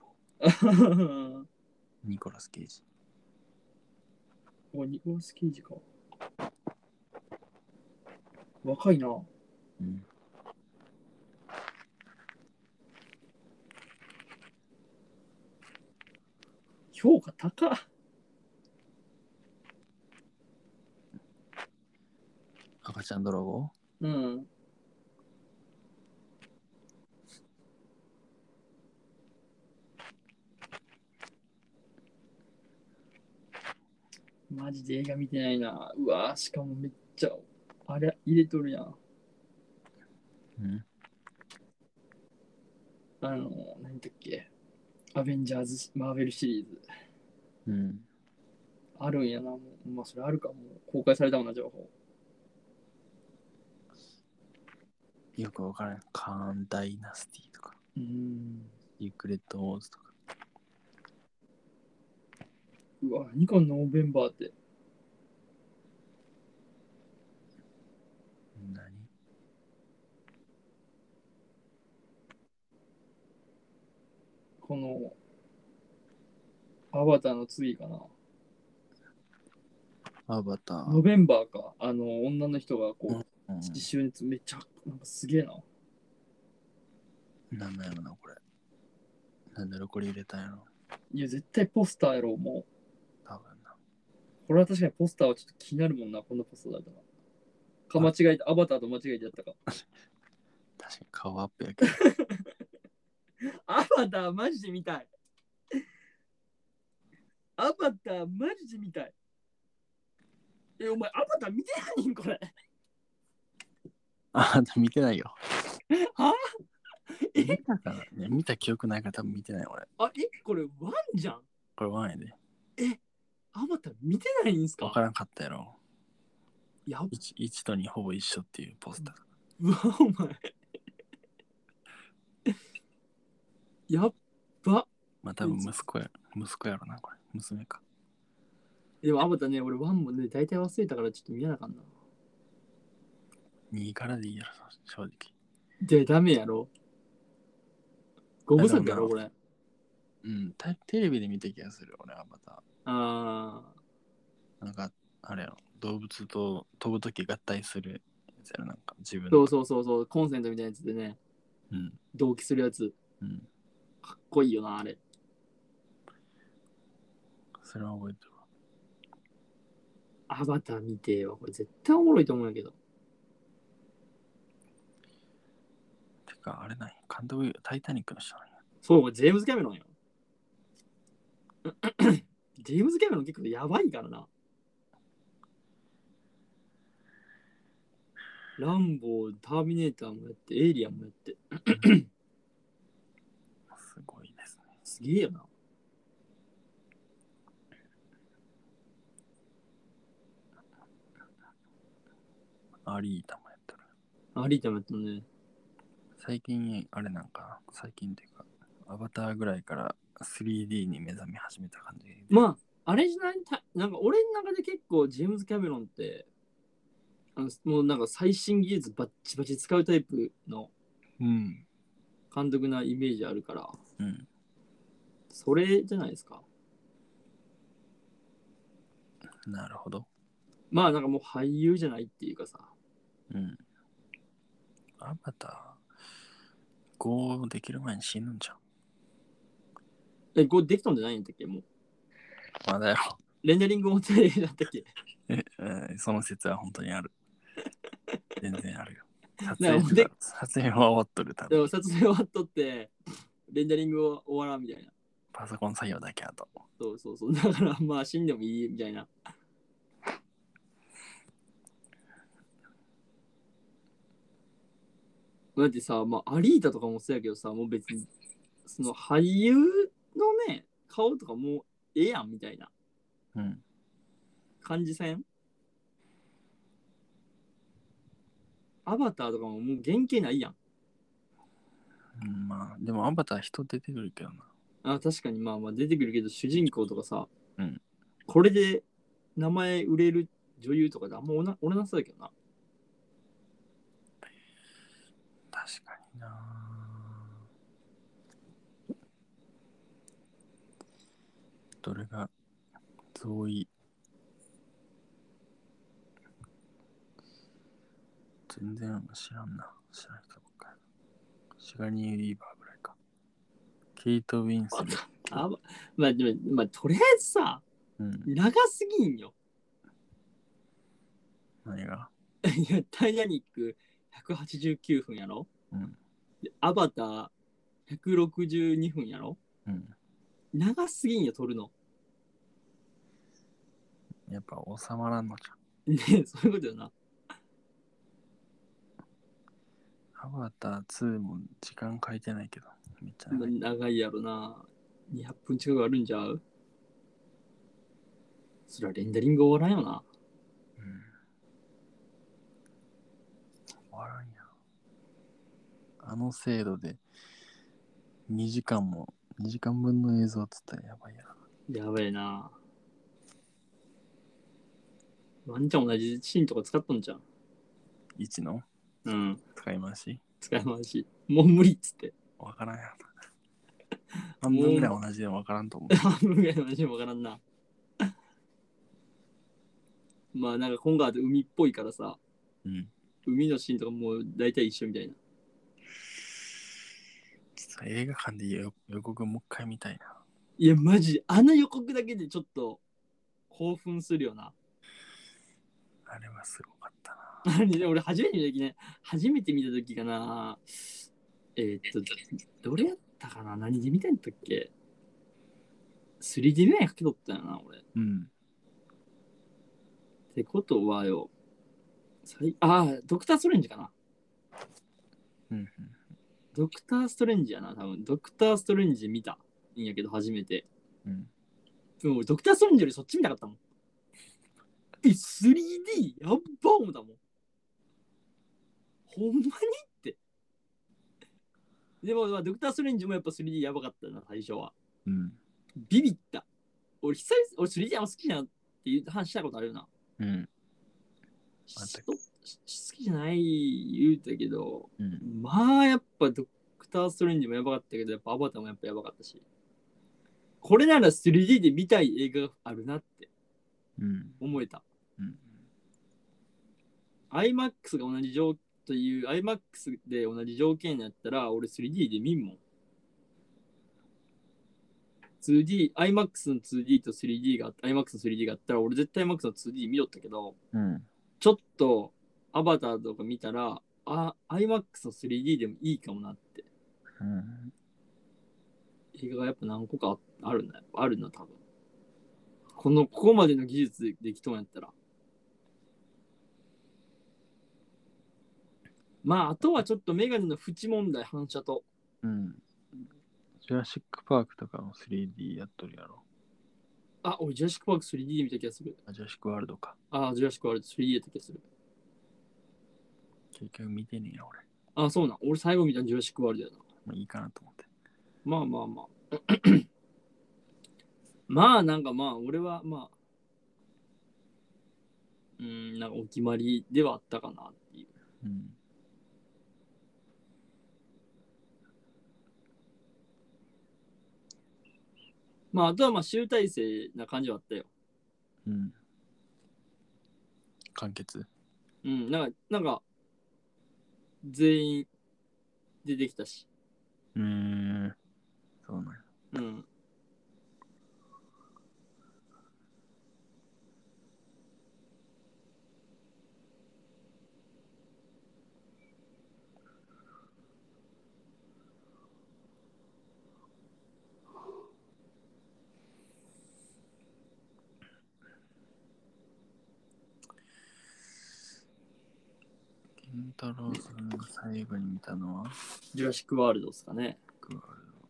[SPEAKER 2] ニコラス・ケイジ。
[SPEAKER 1] おニコラス・ケイジか。若いな。
[SPEAKER 2] うん。
[SPEAKER 1] 評価高っ。
[SPEAKER 2] 赤ちゃん泥棒
[SPEAKER 1] うん。マジで映画見てないな。うわしかもめっちゃ、あれ入れとるやん。
[SPEAKER 2] うん。
[SPEAKER 1] あの、何だっけ。アベンジャーズ、マーベルシリーズ。
[SPEAKER 2] うん。
[SPEAKER 1] あるんやな。もうまあ、それあるかも。公開されたもんな、情報。
[SPEAKER 2] よくわからん。カーン・ダイナスティとか、
[SPEAKER 1] うん。
[SPEAKER 2] シークレット・ウォーズとか。
[SPEAKER 1] うわ、ニコンのノーベンバーって。
[SPEAKER 2] 何
[SPEAKER 1] この、アバターの次かな。
[SPEAKER 2] アバター
[SPEAKER 1] ノ。ベンバーか。あの、女の人がこ
[SPEAKER 2] う
[SPEAKER 1] う、地
[SPEAKER 2] ん、
[SPEAKER 1] 周熱めっちゃ、なんかすげえな。
[SPEAKER 2] なんなんやろな、これ。なんでこれ入れたんやろ。
[SPEAKER 1] いや、絶対ポスターやろ、もう。
[SPEAKER 2] 多分な。
[SPEAKER 1] これは確かにポスターはちょっと気になるもんな、こんなポスターだったら。か間違えた、アバターと間違えてやったか。
[SPEAKER 2] 確かに顔アップやけど。
[SPEAKER 1] アバターマジで見たい。アバターマジで見たい。え、お前アバター見てないんこれ。
[SPEAKER 2] あ、見てないよ。
[SPEAKER 1] は
[SPEAKER 2] 見たかな、ね、見た記憶ないから多分見てない俺。
[SPEAKER 1] あ、え、これワンじゃん。
[SPEAKER 2] これワンやで。
[SPEAKER 1] アバター見てないんす
[SPEAKER 2] わ
[SPEAKER 1] か
[SPEAKER 2] からんかったやろ。
[SPEAKER 1] やば
[SPEAKER 2] 1, 一と2ほぼ一緒っていうポスター。
[SPEAKER 1] うわ、お前。 やっば。
[SPEAKER 2] まあ多分息子や、息子やろな、これ。娘か。
[SPEAKER 1] でもアバターね、俺ワンもね、大体忘れたからちょっと見なあかんな。
[SPEAKER 2] 2からでいいやろ、正直。
[SPEAKER 1] で、ダメやろ。ゴム作やろ、これ。
[SPEAKER 2] うん、たテレビで見た気がする、俺はまた。
[SPEAKER 1] あ
[SPEAKER 2] なんか、あれやろ、動物と飛ぶとき合体するやつやろ、なんか自分
[SPEAKER 1] ー。
[SPEAKER 2] の
[SPEAKER 1] そうそうそうそう、コンセントみたいなやつでね、
[SPEAKER 2] うん、
[SPEAKER 1] 同期するやつ。
[SPEAKER 2] うん。
[SPEAKER 1] かっこいいよな、あれ。
[SPEAKER 2] それは覚えてるわ。
[SPEAKER 1] アバター見てよ。これ絶対おもろいと思うんやけど。
[SPEAKER 2] てか、あれない。監督、タイタニックの人なんや。
[SPEAKER 1] そう、これジェームズ・キャメロンよ。 ジェームズ・キャメロン結構やばいからな。ランボー、ターミネーターもやって、エイリアンもやって。
[SPEAKER 2] すごいですね。
[SPEAKER 1] すげえよな。
[SPEAKER 2] アリータもやってる。
[SPEAKER 1] アリータもやったね。
[SPEAKER 2] 最近、あれなんか、最近っていうか、アバターぐらいから 3D に目覚め始めた感じで。
[SPEAKER 1] まあ、あれじゃないたなんか俺の中で結構ジェームズ・キャメロンってあのもうなんか最新技術バッチバチ使うタイプの
[SPEAKER 2] うん。
[SPEAKER 1] 監督なイメージあるから、
[SPEAKER 2] うん。
[SPEAKER 1] それじゃないですか。
[SPEAKER 2] なるほど。
[SPEAKER 1] まあなんかもう俳優じゃないっていうかさ。
[SPEAKER 2] うん。アバター、5できる前に死ぬんじゃん。
[SPEAKER 1] え、これできたんじゃないんだっけもう。
[SPEAKER 2] まだやろ。
[SPEAKER 1] レンダリングもって だったっけ
[SPEAKER 2] え、えーその説は本当にある。全然あるよ。撮
[SPEAKER 1] なんか
[SPEAKER 2] 影
[SPEAKER 1] で
[SPEAKER 2] 撮影は終わっとる、多
[SPEAKER 1] で
[SPEAKER 2] 分
[SPEAKER 1] も撮影終わっとって、レンダリングを終わらんみたいな。
[SPEAKER 2] パソコン作業だけあと。
[SPEAKER 1] そうそうそう。だからまあ死んでもいいみたいな。だってさ、まあ、アリータとかもそうやけどさ、もう別に、その俳優のね、顔とかもうええやんみたいな
[SPEAKER 2] うん。
[SPEAKER 1] 感じせんアバターとかももう原型ないやん。
[SPEAKER 2] うんまあ、でもアバター人出てくるけどな。
[SPEAKER 1] あ確かにまあまあ出てくるけど主人公とかさ、
[SPEAKER 2] うん
[SPEAKER 1] これで名前売れる女優とかであんまおな俺なそうだけどな
[SPEAKER 2] 確かにな。どれがゾイ全然知らんな。知らん人ばっかり。シガニー・ウィーバーぐらいか。ケイト・ウィンスレット。
[SPEAKER 1] あままあでも、まあ、とりあえずさ
[SPEAKER 2] うん。
[SPEAKER 1] 長すぎんよ
[SPEAKER 2] 何が
[SPEAKER 1] いやタイタニック189分やろ
[SPEAKER 2] うん。
[SPEAKER 1] でアバター162分やろ
[SPEAKER 2] うん。
[SPEAKER 1] 長すぎんよ撮るの
[SPEAKER 2] やっぱ収まらんのじゃん。
[SPEAKER 1] ねそういうことよな
[SPEAKER 2] アバター2も時間書いてないけど。めっちゃ
[SPEAKER 1] ま
[SPEAKER 2] 長
[SPEAKER 1] あ
[SPEAKER 2] い。
[SPEAKER 1] 長いやろな200分近くあるんちゃうそりゃレンダリング終わらんよな
[SPEAKER 2] うん終わらんやんあの精度で2時間も2時間分の映像っつったらやばいやろ
[SPEAKER 1] やべえな。ワンちゃん同じシーンとか使っとんじゃん。
[SPEAKER 2] 1の
[SPEAKER 1] うん。
[SPEAKER 2] 使い回し
[SPEAKER 1] 使い回し。もう無理っつって。
[SPEAKER 2] わからん やろ半分ぐらい同じでわからんと思う
[SPEAKER 1] 半分ぐらいの話もわからんな。 まあなんか今回は海っぽいからさ、
[SPEAKER 2] うん
[SPEAKER 1] 海のシーンとかもう大体一緒みたいな。
[SPEAKER 2] ちょっと映画館で予予告もう一回見たいない
[SPEAKER 1] やマジ、あの予告だけでちょっと興奮するよな。
[SPEAKER 2] あれはすごかったな
[SPEAKER 1] あれね俺初めて見た時ね、初めて見た時かな。えー、っと、どれやったかな何で見たんやったっけ ?3D 目かけとったよな、俺。っ
[SPEAKER 2] うん
[SPEAKER 1] てことはよ、最ああ、ドクター・ストレンジかな。
[SPEAKER 2] うん
[SPEAKER 1] ドクター・ストレンジやな、多分。ドクター・ストレンジ見たんやけど、初めて。
[SPEAKER 2] うんうん
[SPEAKER 1] でも俺ドクター・ストレンジよりそっち見たかったもん。え、3D? やっば思ったもん。ほんまにって。でも、まあ、ドクター・ストレンジもやっぱ 3D やばかったな、最初は。
[SPEAKER 2] うん
[SPEAKER 1] ビビった。俺、久々、俺 3D あんま好きじゃんっていう話したことあるよな。
[SPEAKER 2] うん
[SPEAKER 1] し
[SPEAKER 2] あった
[SPEAKER 1] しし好きじゃない言うたけど、
[SPEAKER 2] うん
[SPEAKER 1] まあやっぱドクター・ストレンジもやばかったけど、やっぱアバターもやっぱやばかったし。これなら 3D で見たい映画があるなって
[SPEAKER 2] うん
[SPEAKER 1] 思えた。
[SPEAKER 2] うん
[SPEAKER 1] iMAX が同じ条という iMAX で同じ条件やったら俺 3D で見んもん 2D iMAX の 2D と 3D があっ iMAX の 3D があったら俺絶対 iMAX の 2D 見よったけど
[SPEAKER 2] うん
[SPEAKER 1] ちょっとアバターとか見たらあ iMAX の 3D でもいいかもなって
[SPEAKER 2] うん
[SPEAKER 1] 映画がやっぱ何個かああるなあるな多分このここまでの技術でできとんやったらまああとはちょっとメガネの縁問題反射と
[SPEAKER 2] うんジュラシック・パークとかも 3D やっとるやろ
[SPEAKER 1] あ俺ジュラシック・パーク 3D 見た気がする
[SPEAKER 2] あジュラシック・ワールドか
[SPEAKER 1] あジュラシック・ワールド 3D やった気がする
[SPEAKER 2] 結局見てねえや俺。
[SPEAKER 1] あそうなん俺最後見たのジュラシック・ワールドやな
[SPEAKER 2] もういいかなと思って。
[SPEAKER 1] まあまあ まあまあなんかまあ俺はまあうん、なんかお決まりではあったかなっていう。
[SPEAKER 2] うん。
[SPEAKER 1] まあ、あとはまあ集大成な感じはあったよ。
[SPEAKER 2] うん。完結
[SPEAKER 1] うん、なんか、なんか、全員出てきたし。
[SPEAKER 2] うーん。そうなんや
[SPEAKER 1] うん。
[SPEAKER 2] 健太郎さんが最後に見たのは
[SPEAKER 1] ジュラシック・ワールドですかね。
[SPEAKER 2] クワル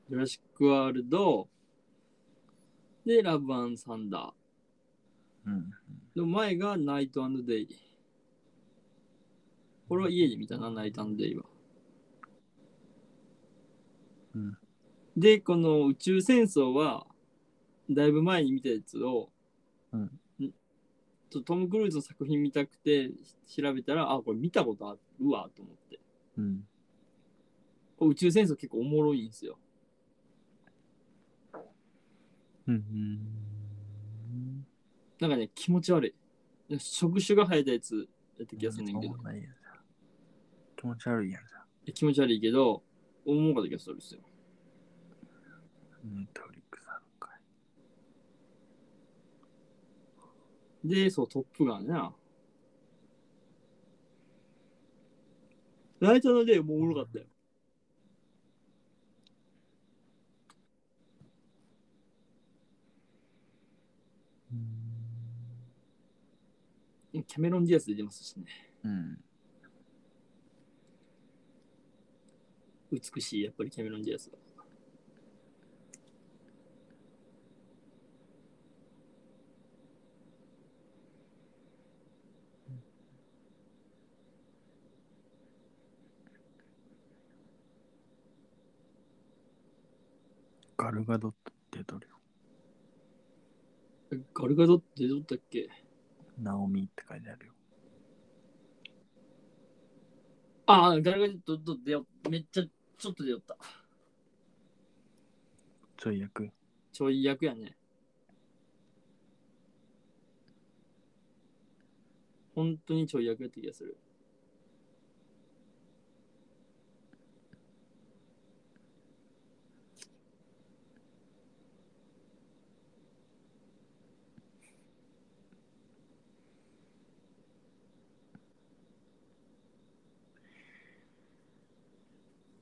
[SPEAKER 1] ジュラシック・ワールド、で、ラブ・アン・サンダ
[SPEAKER 2] ド。うん。
[SPEAKER 1] ー。の前がナイト・アンド・デイ。これは家で見たな、ナイト・アンド・デイは。
[SPEAKER 2] うん
[SPEAKER 1] で、この宇宙戦争は、だいぶ前に見たやつを、
[SPEAKER 2] うん
[SPEAKER 1] んちょっとトム・クルーズの作品見たくて調べたら、あ、これ見たことあるわと思って。
[SPEAKER 2] うん。
[SPEAKER 1] これ宇宙戦争結構おもろいんですよ。
[SPEAKER 2] うん。
[SPEAKER 1] なんかね、気持ち悪い。なんか触手が生えたやつやった気がするねんけど
[SPEAKER 2] おも。ないやんじゃん気持ち悪いやんじゃ
[SPEAKER 1] え気持ち悪いけど、思うかった気がするんですよ。
[SPEAKER 2] ん。ネットフリックスあるんかい。
[SPEAKER 1] で、そう、トップガンな。ナイトのデーもおもろかったよ。キャメロン・ディアス出てますしね。
[SPEAKER 2] うん。
[SPEAKER 1] 美しい、やっぱりキャメロン・ディアスは。
[SPEAKER 2] ガルガドット出とるよ。
[SPEAKER 1] えガルガドって出とったっけ
[SPEAKER 2] ナオミって書いてあるよ。
[SPEAKER 1] ああ、ガルガドと出よめっちゃちょっと出よった。
[SPEAKER 2] ちょい役。
[SPEAKER 1] ちょい役やね。本当にちょい役やった気がする。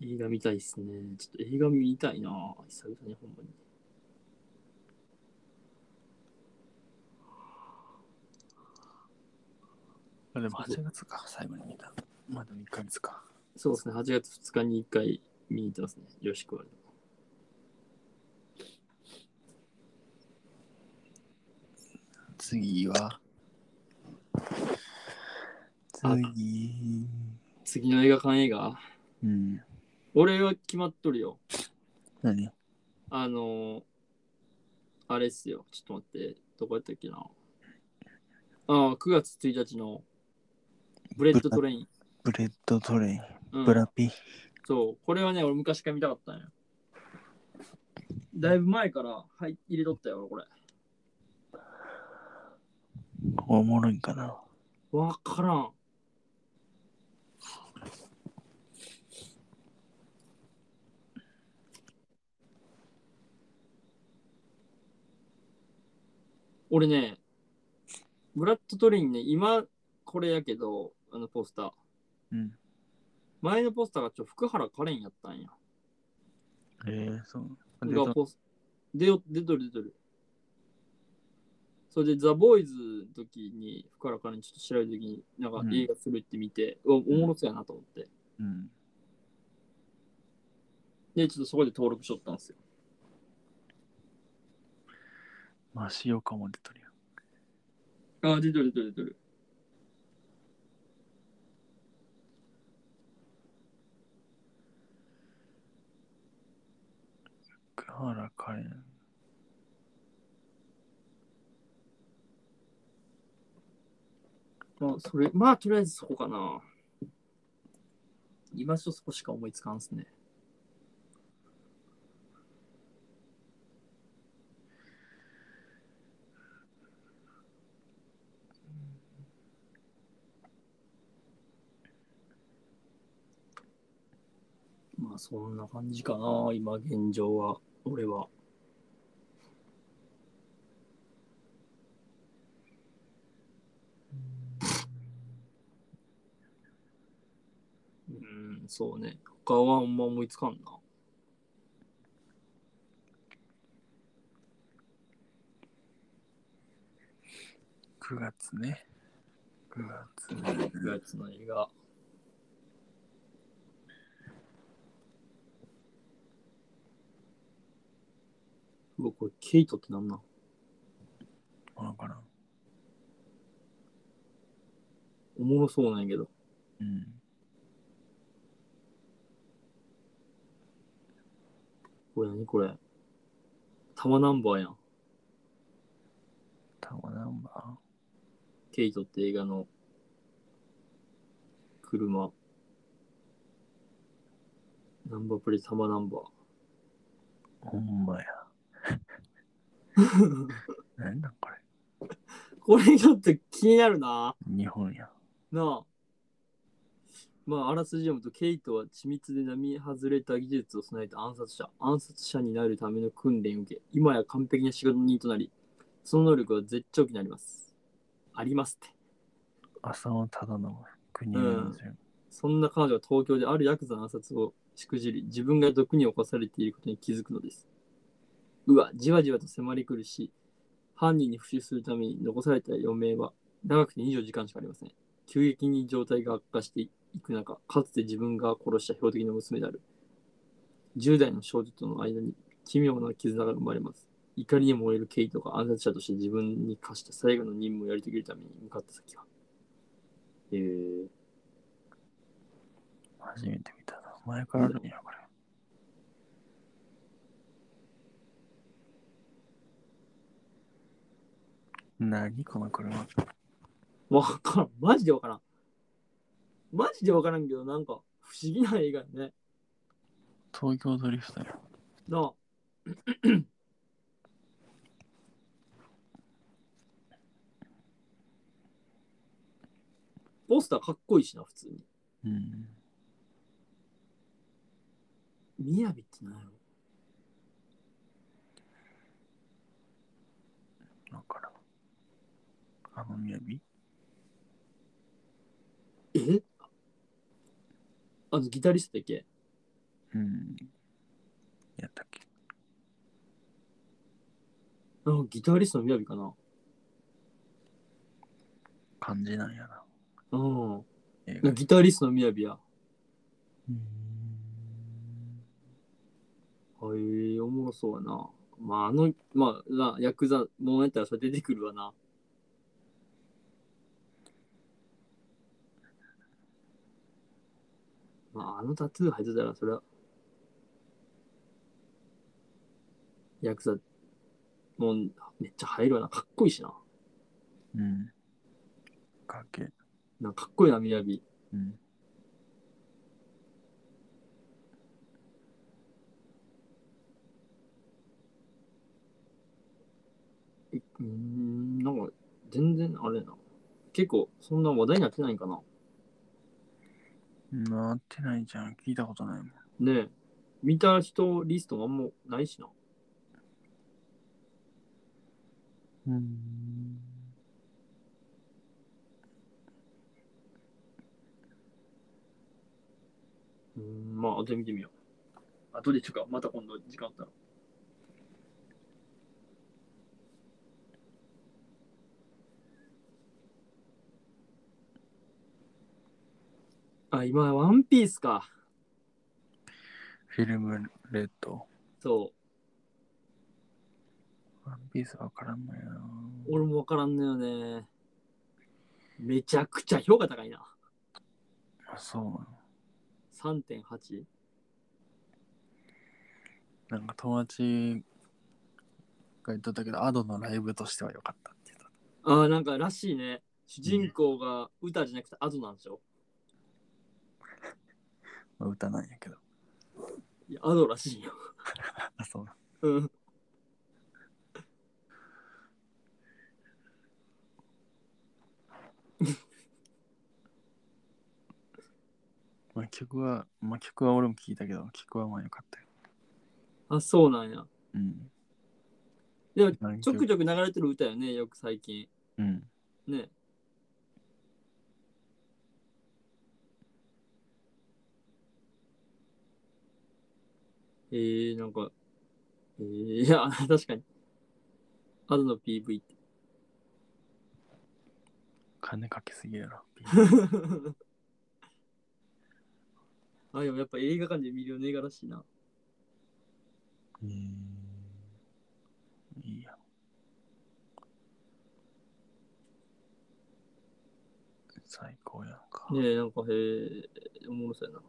[SPEAKER 1] 映画見たいっすね。ちょっと映画見たいな久々にほんまに。
[SPEAKER 2] あ、でも
[SPEAKER 1] そう
[SPEAKER 2] 8月か、最後に見た。まだ1ヶ月か。
[SPEAKER 1] そうですね、8月2日に1回見に行ってますね、よろしくワールド。
[SPEAKER 2] 次は
[SPEAKER 1] あ
[SPEAKER 2] 次。
[SPEAKER 1] 次の映画館映画
[SPEAKER 2] うん。
[SPEAKER 1] 俺は決まっとるよ。
[SPEAKER 2] 何
[SPEAKER 1] あのー、あれっすよ、ちょっと待って、どこやったっけな。ああ、9月1日のブレッドトレイン。
[SPEAKER 2] ブレッドトレイン、
[SPEAKER 1] うん
[SPEAKER 2] ブラピ。
[SPEAKER 1] そう、これはね、俺昔から見たかったんや。だいぶ前から入入れとったよ、俺これ。
[SPEAKER 2] おもろいんかな。
[SPEAKER 1] わからん。俺ね、ブラッドトレインね、今これやけど、あのポスター。
[SPEAKER 2] うん。
[SPEAKER 1] 前のポスターがちょ、福原カレンやったんや。
[SPEAKER 2] えー、そう。で
[SPEAKER 1] がポス出よ出とる出とる。それでザ・ボーイズの時に、福原カレンちょっと調べる時に、なんか
[SPEAKER 2] うん
[SPEAKER 1] 映画するって見て、うわおもろそうやなと思って。
[SPEAKER 2] うん。
[SPEAKER 1] で、ちょっとそこで登録しとったんですよ。
[SPEAKER 2] まあ、塩かも出とるよ。
[SPEAKER 1] ああ、出てる出てる出てる。
[SPEAKER 2] 福原カレン。
[SPEAKER 1] まあ、それ、まあ、とりあえずそこかな。今ちょっとそこしか思いつかんすね。まあ、そんな感じかな、今現状は、俺は。うん、そうね。他はあんま思いつかんな。
[SPEAKER 2] 9月ね。9月ね。
[SPEAKER 1] 9月の映画。うわ、これ、ケイトってなんなん
[SPEAKER 2] わからん。
[SPEAKER 1] おもろそうなんやけど。
[SPEAKER 2] うん。
[SPEAKER 1] これ何これ。タマナンバーやん。
[SPEAKER 2] タワーナンバ
[SPEAKER 1] ケイトって映画の車。ナンバープレートタマナンバ
[SPEAKER 2] ーほん まや。
[SPEAKER 1] ー。
[SPEAKER 2] なんだこれ。
[SPEAKER 1] これちょっと気になるな。
[SPEAKER 2] 日本や。
[SPEAKER 1] なあ。まあ、あらすじ読むと、ケイトは緻密で並外れた技術を備えた暗殺者、暗殺者になるための訓練を受け、今や完璧な仕事人となり、その能力は絶頂期になります。ありますって。
[SPEAKER 2] 浅野忠信。国の順。
[SPEAKER 1] そんな彼女は東京であるヤクザの暗殺をしくじり、自分が毒に侵されていることに気づくのです。うわ、じわじわと迫り来るし、犯人に復讐するために残された余命は長くて24時間しかありません。急激に状態が悪化していく中、かつて自分が殺した標的の娘である10代の少女との間に奇妙な絆が生まれます。怒りに燃えるケイトが暗殺者として自分に課した最後の任務をやり遂げるために向かった先は。えー、
[SPEAKER 2] 初めて見たな。前からあるんや、これ。何この車。
[SPEAKER 1] わからん。マジでわからん。マジでわからんけど、なんか不思議な映画やね。
[SPEAKER 2] 東京ドリフトや。
[SPEAKER 1] なあ。 ポスターかっこいいしな、普通に。
[SPEAKER 2] うん。
[SPEAKER 1] みやびってなんやろ
[SPEAKER 2] わからん。あの雅
[SPEAKER 1] えあの、ギタリストだっけ
[SPEAKER 2] うん。やったっけ
[SPEAKER 1] あのギタリストのみやびかな
[SPEAKER 2] 感じなんやな。
[SPEAKER 1] うん。
[SPEAKER 2] 映画。
[SPEAKER 1] ギタリストのみやびや。
[SPEAKER 2] うん。
[SPEAKER 1] はい、おもろそうやな。まあ、あの、まあ、なヤクザもんやったらそれ出てくるわな。まあ、あのタトゥー入ってたら、それは、ヤクザもんめっちゃ入るわな。かっこいいしな。
[SPEAKER 2] うん。かけ。
[SPEAKER 1] なんかかっこいいな、みやび。
[SPEAKER 2] うん。
[SPEAKER 1] うーん、なんか、全然あれやな。結構、そんな話題になってないんかな。
[SPEAKER 2] なってないじゃん。聞いたことないもん。
[SPEAKER 1] ねえ、見た人リストもあんまないしな。
[SPEAKER 2] うん。
[SPEAKER 1] うーん、まあ、後で見てみよう。後でちょっとか、また今度時間あったら。あ、今、ワンピースか。
[SPEAKER 2] フィルムレッド。
[SPEAKER 1] そ
[SPEAKER 2] ワンピースわからんのよな。
[SPEAKER 1] う、俺もわからんのよね。めちゃくちゃ評価高いな。
[SPEAKER 2] あそうなの。
[SPEAKER 1] 3.8?
[SPEAKER 2] なんか友達が言っとったけど、アドのライブとしては良かったって言っとっ
[SPEAKER 1] ああ、なんからしいね。主人公が歌じゃなくてアドなんでしょ
[SPEAKER 2] まあ、歌なんやけど。
[SPEAKER 1] いや、アドらしいよ。
[SPEAKER 2] あ、そうな。
[SPEAKER 1] うん。
[SPEAKER 2] まあ、曲は、まあ、曲は俺も聞いたけど、曲はまあよかったよ。
[SPEAKER 1] あ、そうなんや。
[SPEAKER 2] うん。
[SPEAKER 1] でも、
[SPEAKER 2] 何
[SPEAKER 1] ちょ
[SPEAKER 2] 曲
[SPEAKER 1] くちょく流れてる歌よね、よく最近。
[SPEAKER 2] うん。
[SPEAKER 1] ね。えー、なんか、えー、いや、 確かに。アドの PV って。
[SPEAKER 2] 金かけすぎや ろ。
[SPEAKER 1] あ、でもやっぱ映画館で見るよね映画らしいな。
[SPEAKER 2] うん。いいや。最高やんか。
[SPEAKER 1] ねえ、なんか、へえ、おもろそうやな。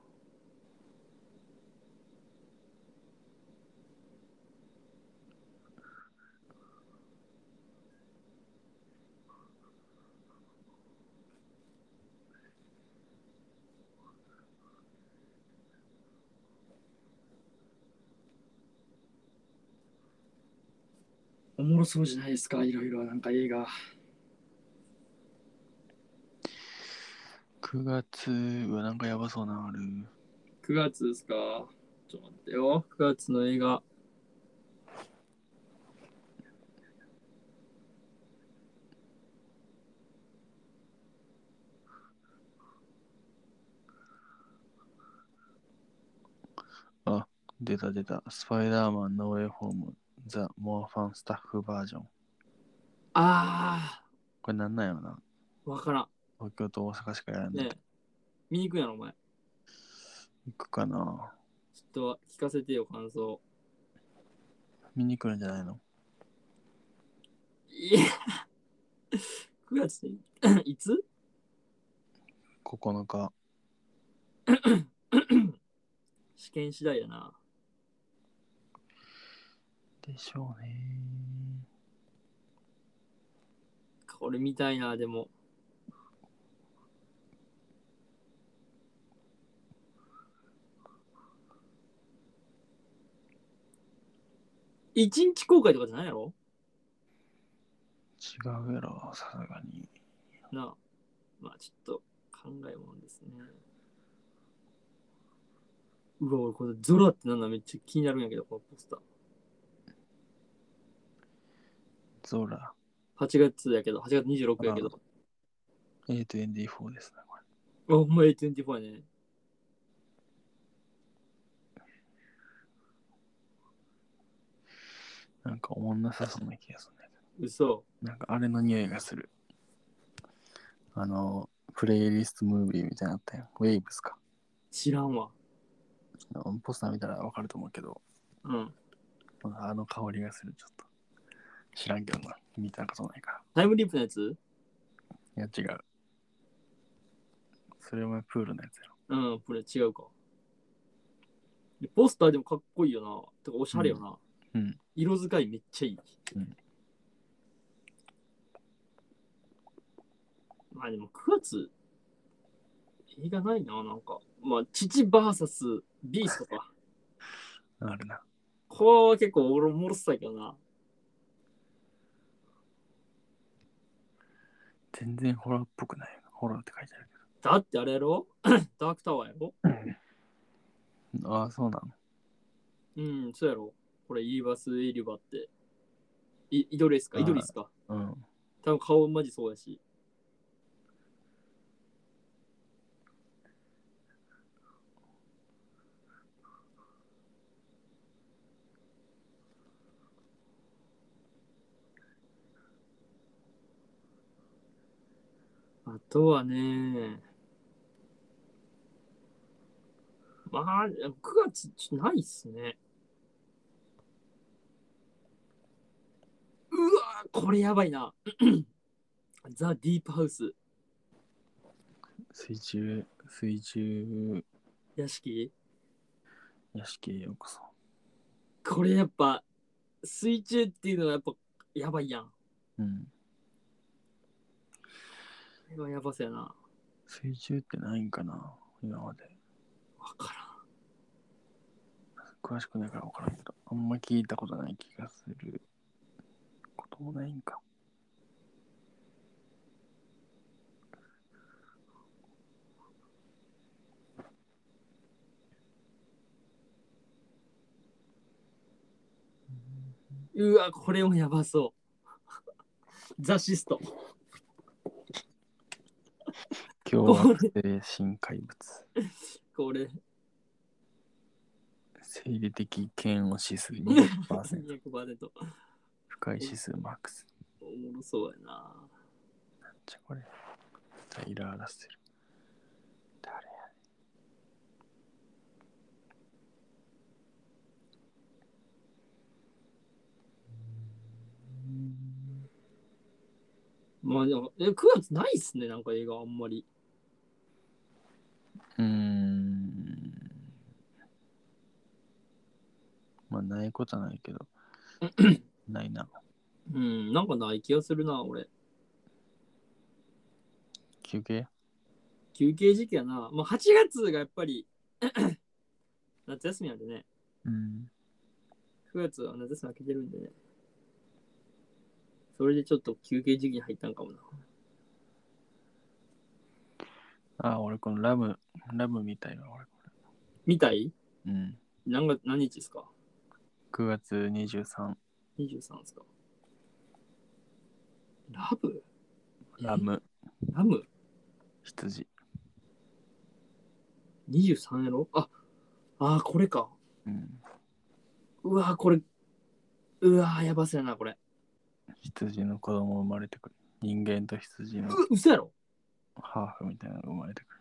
[SPEAKER 1] おもろそうじゃないですか、いろいろなんか映画。
[SPEAKER 2] 9月はなんかやばそうなのある。
[SPEAKER 1] 9月ですかちょっと待ってよ。9月の映画。
[SPEAKER 2] 出た出た。スパイダーマン、ノーウェイホーム、ザ・モアファンスタッフバージョン。
[SPEAKER 1] あ
[SPEAKER 2] これなんなんやろな。
[SPEAKER 1] ー、わからん。
[SPEAKER 2] 東京と大阪しかやらんの
[SPEAKER 1] ねえ。見に行くんやろ、お前。ち
[SPEAKER 2] 行くかな。
[SPEAKER 1] ょっと聞かせてよ、感想。
[SPEAKER 2] 見に来るんじゃないの
[SPEAKER 1] いや、9月にい つ
[SPEAKER 2] ?9 日。
[SPEAKER 1] 試験次第やな。
[SPEAKER 2] でしょうね。
[SPEAKER 1] これ見たいな、でも。一日公開とかじゃないやろ
[SPEAKER 2] 違うやろ、さすがに。
[SPEAKER 1] なあ。まあちょっと考えもんですね。うわ、俺これゾラってなんだめっちゃ気になるんやけど、このポスター。
[SPEAKER 2] ゾラ、
[SPEAKER 1] 8月やけど、8月26やけど。
[SPEAKER 2] A24 ですね、これ。
[SPEAKER 1] あ、ほんま A24 やね。
[SPEAKER 2] なんかおもんなさそうな気がするね。
[SPEAKER 1] 嘘。
[SPEAKER 2] なんかあれの匂いがする。あの、プレイリストムービーみたいなのあったやん。ウェイブスか。
[SPEAKER 1] 知らんわ。
[SPEAKER 2] あのポスター見たらわかると思うけど、
[SPEAKER 1] うん。
[SPEAKER 2] あの香りがする、ちょっと。知らんけどな。見たことないか
[SPEAKER 1] タイムリープのやつ
[SPEAKER 2] ら。いや、違う。それはプールのやつやろ。
[SPEAKER 1] うん、これ違うか。でポスターでもかっこいいよな。てか、おしゃれよな。
[SPEAKER 2] うんうん
[SPEAKER 1] 色使いめっちゃいい。
[SPEAKER 2] うん
[SPEAKER 1] まあでも9月、映画ないな、なんか。まあ、父 VS ビーストか。
[SPEAKER 2] あるな。
[SPEAKER 1] これは結構俺もろそうやけどな。
[SPEAKER 2] 全然ホラーっぽくないよな。ホラーって書いてある
[SPEAKER 1] だってあれやろ ダークタワーやろ
[SPEAKER 2] けど。ああ、そうなの。
[SPEAKER 1] うん、そうやろ。これ、イーバス・エリュバって。いイドレスか、
[SPEAKER 2] はい
[SPEAKER 1] イドリスか。
[SPEAKER 2] うん。
[SPEAKER 1] 多分顔マジそうやし。あとはね、まあ、9月ちょっとないっすね。うわーこれやばいな。ザ・ディープハウス、
[SPEAKER 2] 水中、水中
[SPEAKER 1] 屋敷。
[SPEAKER 2] 屋敷へようこそ。
[SPEAKER 1] これやっぱ、水中っていうのはやっぱやばいやん。
[SPEAKER 2] うん。
[SPEAKER 1] れはやばそうやな。わ
[SPEAKER 2] 水中ってないんかな今まで。
[SPEAKER 1] から
[SPEAKER 2] 詳しくないから分からんけど、あんま聞いたことない気がする。こともないんか。
[SPEAKER 1] ん。うわ、これもやばそう。 ザシスト。
[SPEAKER 2] 今日は精神怪物。
[SPEAKER 1] これ、
[SPEAKER 2] 生理的嫌悪指数20%。
[SPEAKER 1] 200%。
[SPEAKER 2] 不快指数マックス。
[SPEAKER 1] おもろそうやな。
[SPEAKER 2] じゃこれ。タイラー・ラッセル。誰や
[SPEAKER 1] まあでも、え、9月ないっすね、なんか映画あんまり。
[SPEAKER 2] うーん。まあ、ないことはないけ ど。ないな。
[SPEAKER 1] うん、なんかない気がするな、俺。
[SPEAKER 2] 休憩
[SPEAKER 1] 休憩時期やな。まあ8月がやっぱり 夏休みなんでね。
[SPEAKER 2] うん。
[SPEAKER 1] 9月は夏休み明けてるんでね。それでちょっと休憩時期に入ったんかもな。
[SPEAKER 2] あ、俺このラム、ラムみたいな、俺こ
[SPEAKER 1] みたい
[SPEAKER 2] れ。うん。
[SPEAKER 1] 何月何日ですか
[SPEAKER 2] 9月23
[SPEAKER 1] ?23 ですかラブ
[SPEAKER 2] ラム
[SPEAKER 1] ラム
[SPEAKER 2] 羊
[SPEAKER 1] ?23 やろあ、あーこれか。
[SPEAKER 2] うん
[SPEAKER 1] うわーこれ。うわーやばそうやな、これ。
[SPEAKER 2] 羊の子供生まれてくる人間と羊の
[SPEAKER 1] う、嘘やろ
[SPEAKER 2] ハーフみたいなのが生まれてく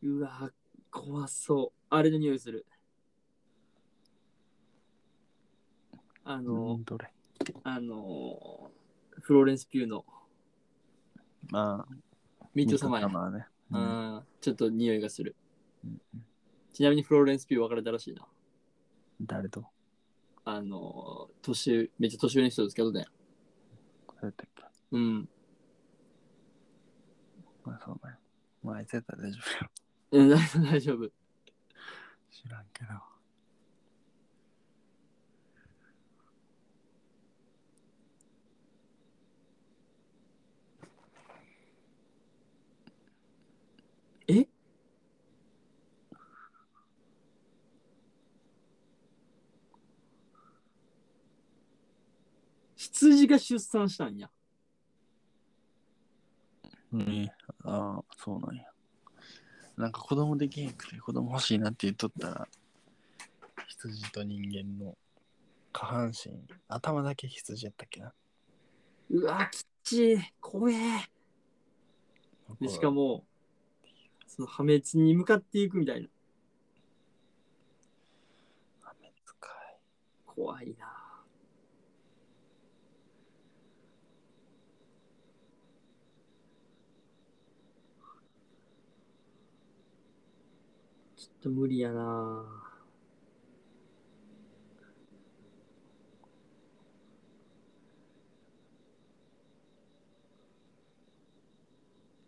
[SPEAKER 2] る
[SPEAKER 1] うわー怖そう。あれの匂いする。あの、
[SPEAKER 2] どれ
[SPEAKER 1] あのーフローレンス・ピューの
[SPEAKER 2] まあ
[SPEAKER 1] ミート様や。
[SPEAKER 2] はね、
[SPEAKER 1] う
[SPEAKER 2] うん
[SPEAKER 1] ん、ちょっと匂いがする
[SPEAKER 2] うん。
[SPEAKER 1] ちなみにフローレンス・ピュー別れたらしいな。
[SPEAKER 2] 誰と
[SPEAKER 1] あのー年、めっちゃ年上の人ですけどね。
[SPEAKER 2] 誰だったっけ
[SPEAKER 1] うん。
[SPEAKER 2] まあそうねまああいつやったら大丈夫よ
[SPEAKER 1] うん大丈夫 大丈夫。
[SPEAKER 2] 知らんけど
[SPEAKER 1] え羊が出産したんや。
[SPEAKER 2] うんああそうなんやなんか子供できへんくて子供欲しいなって言っとったら羊と人間の下半身頭だけ羊やったっけな
[SPEAKER 1] うわ、きっちい。怖え。でしかも、その破滅に向かっていくみたいな。
[SPEAKER 2] 破滅かい
[SPEAKER 1] 怖いな。ちょっと無理やな。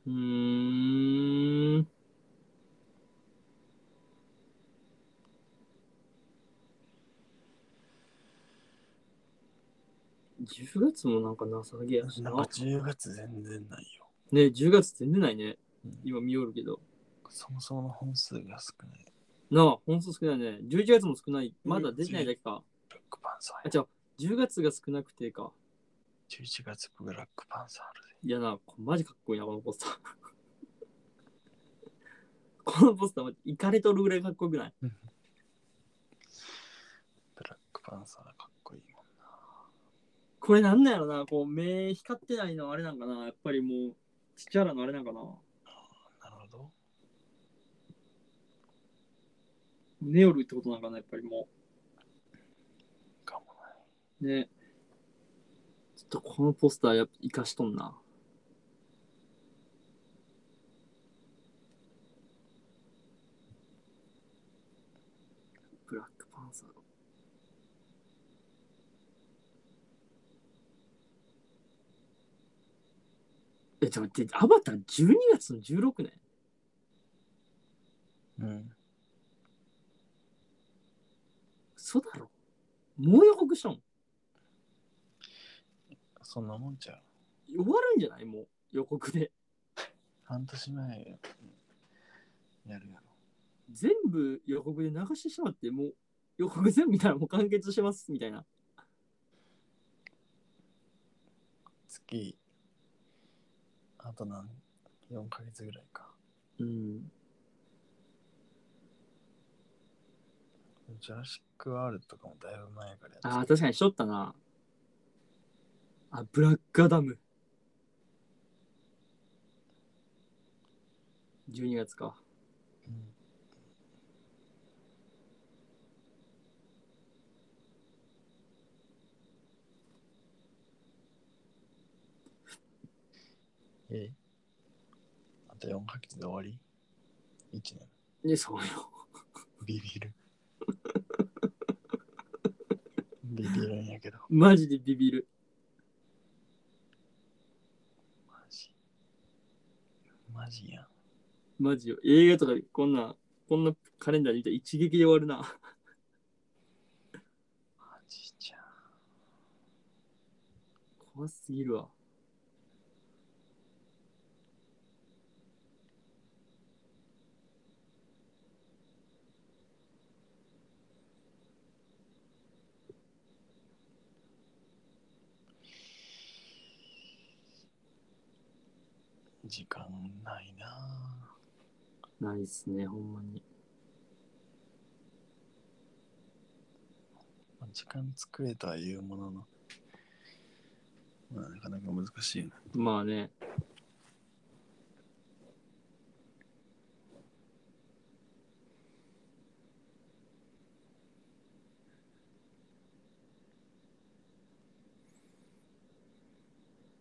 [SPEAKER 1] うーん。10月もなんかなさげやし
[SPEAKER 2] な
[SPEAKER 1] な。
[SPEAKER 2] んか10月全然ないよ。
[SPEAKER 1] ね10月全然ないね
[SPEAKER 2] うん。
[SPEAKER 1] 今見よるけど。
[SPEAKER 2] そもそもの本数が少ない。
[SPEAKER 1] なあ、本数少ないね。11月も少ない。まだ出てないだけか。
[SPEAKER 2] ブラックパンサ
[SPEAKER 1] あ、違う。10月が少なくてか。
[SPEAKER 2] ー。11月ブラックパンサーあるで。
[SPEAKER 1] いやな、こマジかっこいいな、このポスター。 このポスター、いかれとるぐらいかっこよくない
[SPEAKER 2] ブラックパンサーかっこいいもん。
[SPEAKER 1] これなんなんやろな、こう、目光ってないのはあれなんかな。やっぱりもう、ちっちゃらのあれなんかな。
[SPEAKER 2] なるほど。
[SPEAKER 1] ネオルってことなんかな、やっぱりも
[SPEAKER 2] かも
[SPEAKER 1] う。
[SPEAKER 2] な。
[SPEAKER 1] ね。ちょっとこのポスター、やっぱ生かしとんな。ブラックパンサー。え、ちょっと待って、アバター12月の16年
[SPEAKER 2] うん。
[SPEAKER 1] 嘘だろもう予告したもん。
[SPEAKER 2] そんなもんちゃう。
[SPEAKER 1] 終わるんじゃないもう予告で。
[SPEAKER 2] 半年前やるやろ。
[SPEAKER 1] 全部予告で流してしまって、もう予告全部見たらもう完結してますみたいな。
[SPEAKER 2] 月、あと何 ?4 ヶ月ぐらいか。
[SPEAKER 1] うん。
[SPEAKER 2] ジュラシックワールドとかもだいぶ前からやって
[SPEAKER 1] ああ、
[SPEAKER 2] た
[SPEAKER 1] 確かにしとったな。あ、ブラックアダム。12月か。
[SPEAKER 2] うんえあと4ヶ月で終わり ?1 年。
[SPEAKER 1] ね、そうよ。
[SPEAKER 2] ビビる。ビビるんやけど。
[SPEAKER 1] マジでビビる。
[SPEAKER 2] マジ。マジやん。
[SPEAKER 1] マジよ。映画とかでこんな、こんなカレンダーで見たら一撃で終わるな。
[SPEAKER 2] マジじゃん。
[SPEAKER 1] 怖すぎるわ。
[SPEAKER 2] 時間ないなぁ
[SPEAKER 1] ないっすね、ほんまに。
[SPEAKER 2] まあ時間作れとは言うものの、まあ、なかなか難しいよね。
[SPEAKER 1] まあね。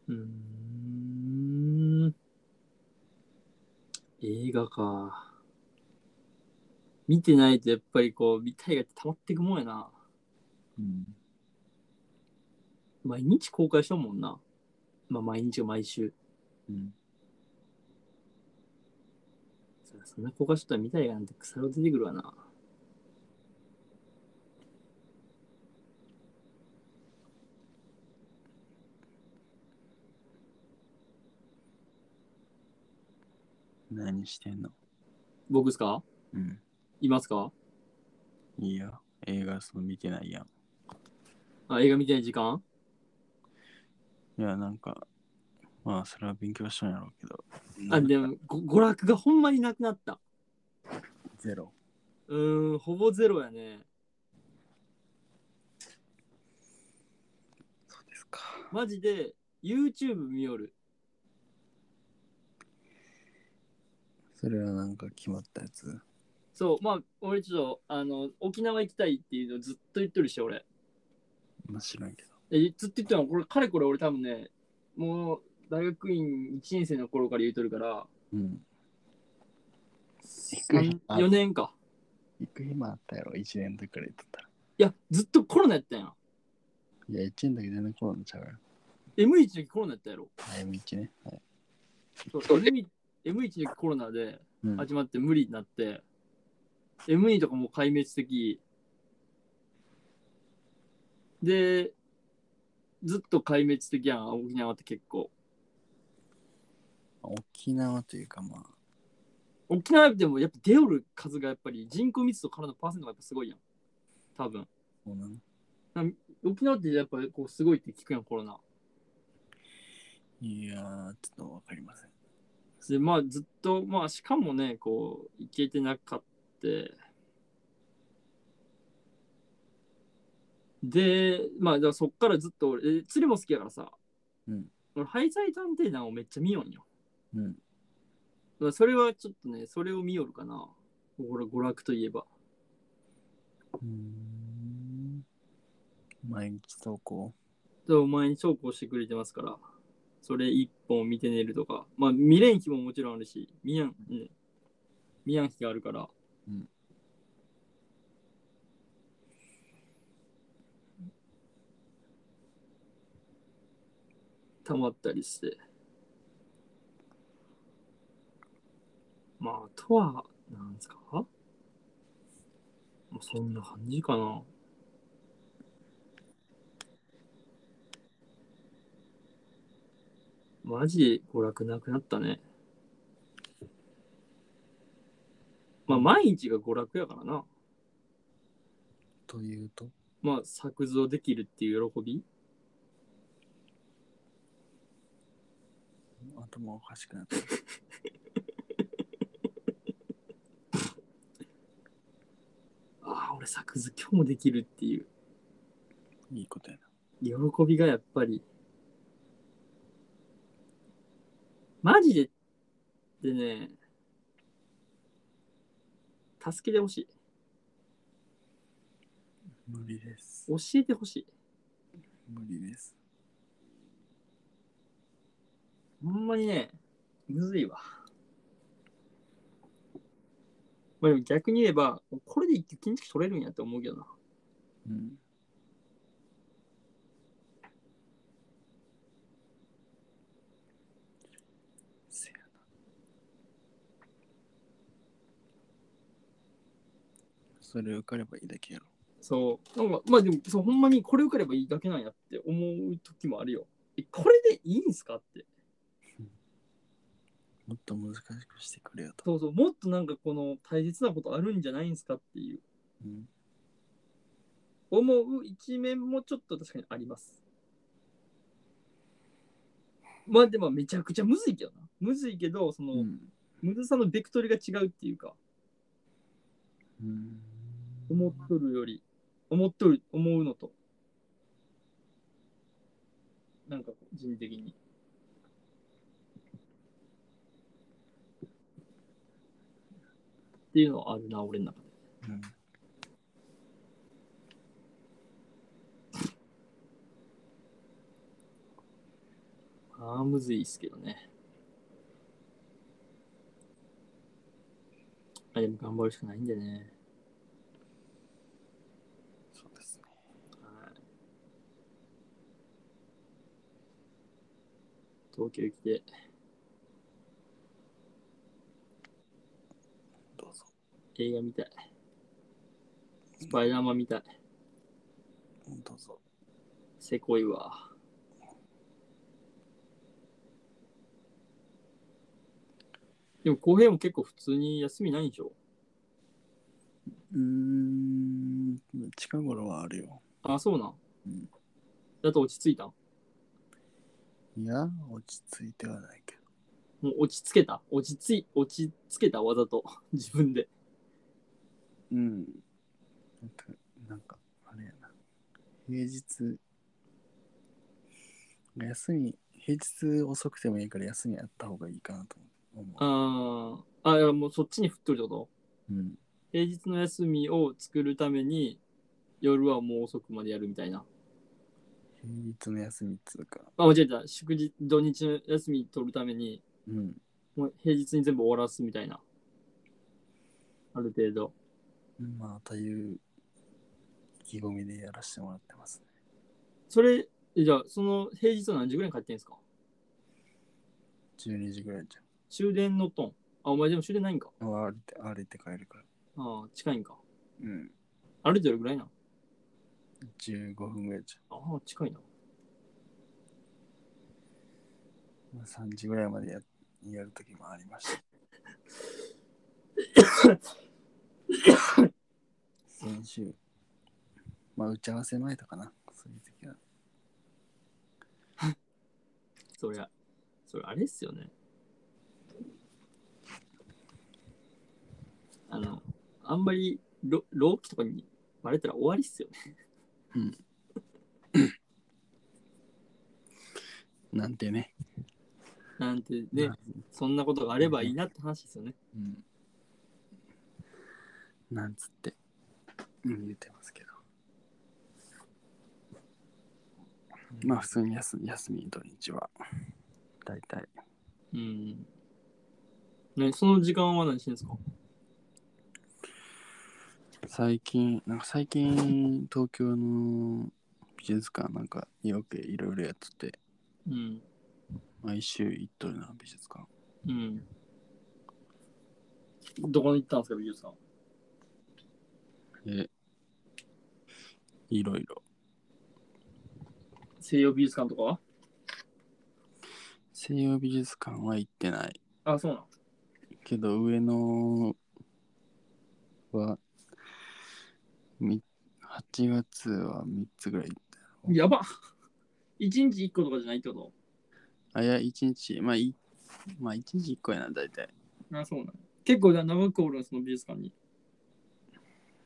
[SPEAKER 1] うーん。映画か。見てないとやっぱりこう、見たいがって溜まってくもんやな。
[SPEAKER 2] うん。
[SPEAKER 1] 毎日公開したもんな。まあ毎日が毎週。
[SPEAKER 2] うん、
[SPEAKER 1] そりゃそんな高架下見たいなんて腐るほど出てくるわな。
[SPEAKER 2] 何してんの
[SPEAKER 1] 僕ですか
[SPEAKER 2] うん。
[SPEAKER 1] いますか
[SPEAKER 2] いいよ。映画その見てないやん。
[SPEAKER 1] あ映画見てない時間
[SPEAKER 2] いや、なんか、まあ、それは勉強したんやろうけど。
[SPEAKER 1] あ、でも、ご娯楽がほんまになくなった。
[SPEAKER 2] ゼロ。
[SPEAKER 1] うーん、ほぼゼロやね。
[SPEAKER 2] そうですか。
[SPEAKER 1] マジで、YouTube 見よる。
[SPEAKER 2] それはなんか決まったやつ。
[SPEAKER 1] そう、まあ、俺ちょっと、あの、沖縄行きたいっていうのずっと言ってるし、俺。
[SPEAKER 2] 面白いけど。
[SPEAKER 1] えずっと言ってるの、これ、かれこれ俺多分ね、もう、大学院1年生の頃から言うとるから、
[SPEAKER 2] うん。
[SPEAKER 1] 三
[SPEAKER 2] あ
[SPEAKER 1] 4年か。
[SPEAKER 2] 行く暇あったやろ、1年の時から言っとったら。
[SPEAKER 1] いや、ずっとコロナやったやん。
[SPEAKER 2] いや、1年だけ全然コロナちゃうやろ。
[SPEAKER 1] M1 の時コロナやったやろ。
[SPEAKER 2] あゆみ1ね。はい。
[SPEAKER 1] そう M1, M1 の時コロナで、
[SPEAKER 2] うん
[SPEAKER 1] 始まって無理になって、M2 とかもう壊滅的。で、ずっと壊滅的やん、沖縄って結構。
[SPEAKER 2] 沖縄というかまあ、
[SPEAKER 1] 沖縄でもやっぱ出おる数がやっぱり人口密度からのパーセントがやっぱすごいやん。多分。
[SPEAKER 2] そうなの
[SPEAKER 1] 沖縄ってやっぱこうすごいって聞くやん、コロナ。
[SPEAKER 2] いやー、ちょっとわかりません。
[SPEAKER 1] で、まあずっと、まあしかもね、こう、行けてなかった。で、まあだからそっからずっと俺、え釣りも好きやからさ、
[SPEAKER 2] うん
[SPEAKER 1] 俺、廃材探偵団をめっちゃ見よんよ。
[SPEAKER 2] う
[SPEAKER 1] だ
[SPEAKER 2] ん。
[SPEAKER 1] からそれはちょっとね、それを見よるかな。俺、娯楽といえば。
[SPEAKER 2] うん。毎日投稿。
[SPEAKER 1] でお前に投稿してくれてますから、それ一本見て寝るとか、まあ見れん日ももちろんあるし、見やん、ね、見やん日があるから、
[SPEAKER 2] うん
[SPEAKER 1] 溜まったりして。とは、なんですかまあそんな感じかな。マジ娯楽なくなったね。まあ、毎日が娯楽やからな。
[SPEAKER 2] というと
[SPEAKER 1] まあ、作図をできるっていう喜び
[SPEAKER 2] 頭おかしくなった。
[SPEAKER 1] ああ、俺作図今日もできるっていう
[SPEAKER 2] いいことやな。
[SPEAKER 1] 喜びがやっぱり。マジで、でね、助けてほしい。
[SPEAKER 2] 無理です。
[SPEAKER 1] 教えてほしい。
[SPEAKER 2] 無理です。
[SPEAKER 1] ほんまにね、むずいわ。まあでも逆に言えば、これで一級建築取れるんやって思うけどな。
[SPEAKER 2] うん。せやな。それ受かればいいだけやろ。
[SPEAKER 1] そう。なんか、まあでも、そうほんまにこれ受かればいいだけなんやって思う時もあるよ。え、これでいいんすかって。
[SPEAKER 2] もっと難しくしてくれよと。
[SPEAKER 1] そうそう、もっとなんかこの大切なことあるんじゃないんすかっていう。
[SPEAKER 2] うん。
[SPEAKER 1] 思う一面もちょっと確かにあります。まあでもめちゃくちゃむずいけどな。むずいけど、その、
[SPEAKER 2] うん。
[SPEAKER 1] むずさのベクトルが違うっていうか、
[SPEAKER 2] うん。
[SPEAKER 1] 思っとるより、思っとる、思うのと。なんかこう、人的に。っていうのはあるな、俺の中で。
[SPEAKER 2] うん
[SPEAKER 1] ああ、むずいっすけどね。あ、でも頑張るしかないんでね。
[SPEAKER 2] そうですね。
[SPEAKER 1] はい東京来て、
[SPEAKER 2] どうぞ。
[SPEAKER 1] 映画見たい。スパイダーマン見たい。
[SPEAKER 2] どうぞ。
[SPEAKER 1] せこいわ。でも、浩平も結構普通に休みないんでしょ
[SPEAKER 2] うーん。近頃はあるよ。
[SPEAKER 1] あ、そうなん。
[SPEAKER 2] うん
[SPEAKER 1] だと落ち着いたん
[SPEAKER 2] いや、落ち着いてはないけど。
[SPEAKER 1] もう落ち着けた落ち着い、落ち着けたわざと。 自分で。
[SPEAKER 2] うん。なんか、なんかあれやな。平日、休み、平日遅くてもいいから休みあった方がいいかなと思う。
[SPEAKER 1] ああ。あ、いやもうそっちに振っとるってこと
[SPEAKER 2] うん。
[SPEAKER 1] 平日の休みを作るために、夜はもう遅くまでやるみたいな。
[SPEAKER 2] 平日の休みっつうか、
[SPEAKER 1] あ、間違えた。祝日、土日の休み取るために、
[SPEAKER 2] うん。
[SPEAKER 1] もう平日に全部終わらすみたいな。ある程度。
[SPEAKER 2] まあ、という意気込みでやらせてもらってますね。
[SPEAKER 1] それ、えじゃあ、その平日は何時ぐらいに帰ってんすか
[SPEAKER 2] 12時ぐらいじ
[SPEAKER 1] 終電乗っとん。あ、お前でも終電ないんか。
[SPEAKER 2] ゃん。あ歩いて、歩いて帰るから。
[SPEAKER 1] ああ、近いんか。
[SPEAKER 2] うん。
[SPEAKER 1] 歩いてるぐらいなん。
[SPEAKER 2] 15分ぐらいじ
[SPEAKER 1] ああ、近いな。
[SPEAKER 2] ゃん。まあ、3時ぐらいまでややるときもありました。先週、まあ、打ち合わせ前とかな。そういう時は。
[SPEAKER 1] そりゃ、それあれっすよね。あの、あんまりろ老期とかにバレたら終わりっすよね。
[SPEAKER 2] なんてね。
[SPEAKER 1] なんてね、そんなことがあればいいなって話ですよね。
[SPEAKER 2] うん。なんつって、うん、言ってますけど。まあ、普通に休み、休み、土日は。大体、
[SPEAKER 1] うん。ね、その時間は何してんですか
[SPEAKER 2] 最近、なんか最近、東京の美術館なんか、よくいろいろやってて、
[SPEAKER 1] うん。
[SPEAKER 2] 毎週行っとるな、美術館。
[SPEAKER 1] うん。どこに行ったんですか、美術さん。
[SPEAKER 2] いろいろ。
[SPEAKER 1] 西洋美術館とかは
[SPEAKER 2] 西洋美術館は行ってない。
[SPEAKER 1] あ、そうなん。
[SPEAKER 2] けど上野はみ8月は3つぐらい行った
[SPEAKER 1] やば 一日一個とかじゃないってこ
[SPEAKER 2] あいや1日まあいまあ1日1個やな大体
[SPEAKER 1] とあ、そうなん。結構じゃあ長くおるんその美術館に。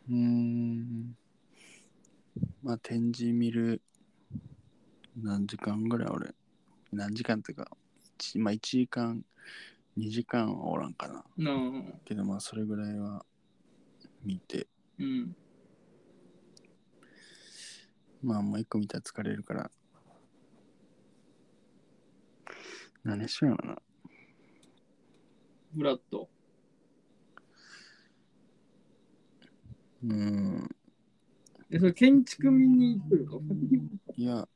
[SPEAKER 2] うーんまあ展示見る何時間ぐらい俺何時間っていうか1まあ1時間2時間はおらんかな
[SPEAKER 1] なあ、
[SPEAKER 2] けどまあそれぐらいは見て
[SPEAKER 1] うん。
[SPEAKER 2] まあもう1個見たら疲れるから何しようかな
[SPEAKER 1] フラット。
[SPEAKER 2] うーん
[SPEAKER 1] え、それ建築見に行くのか
[SPEAKER 2] いや、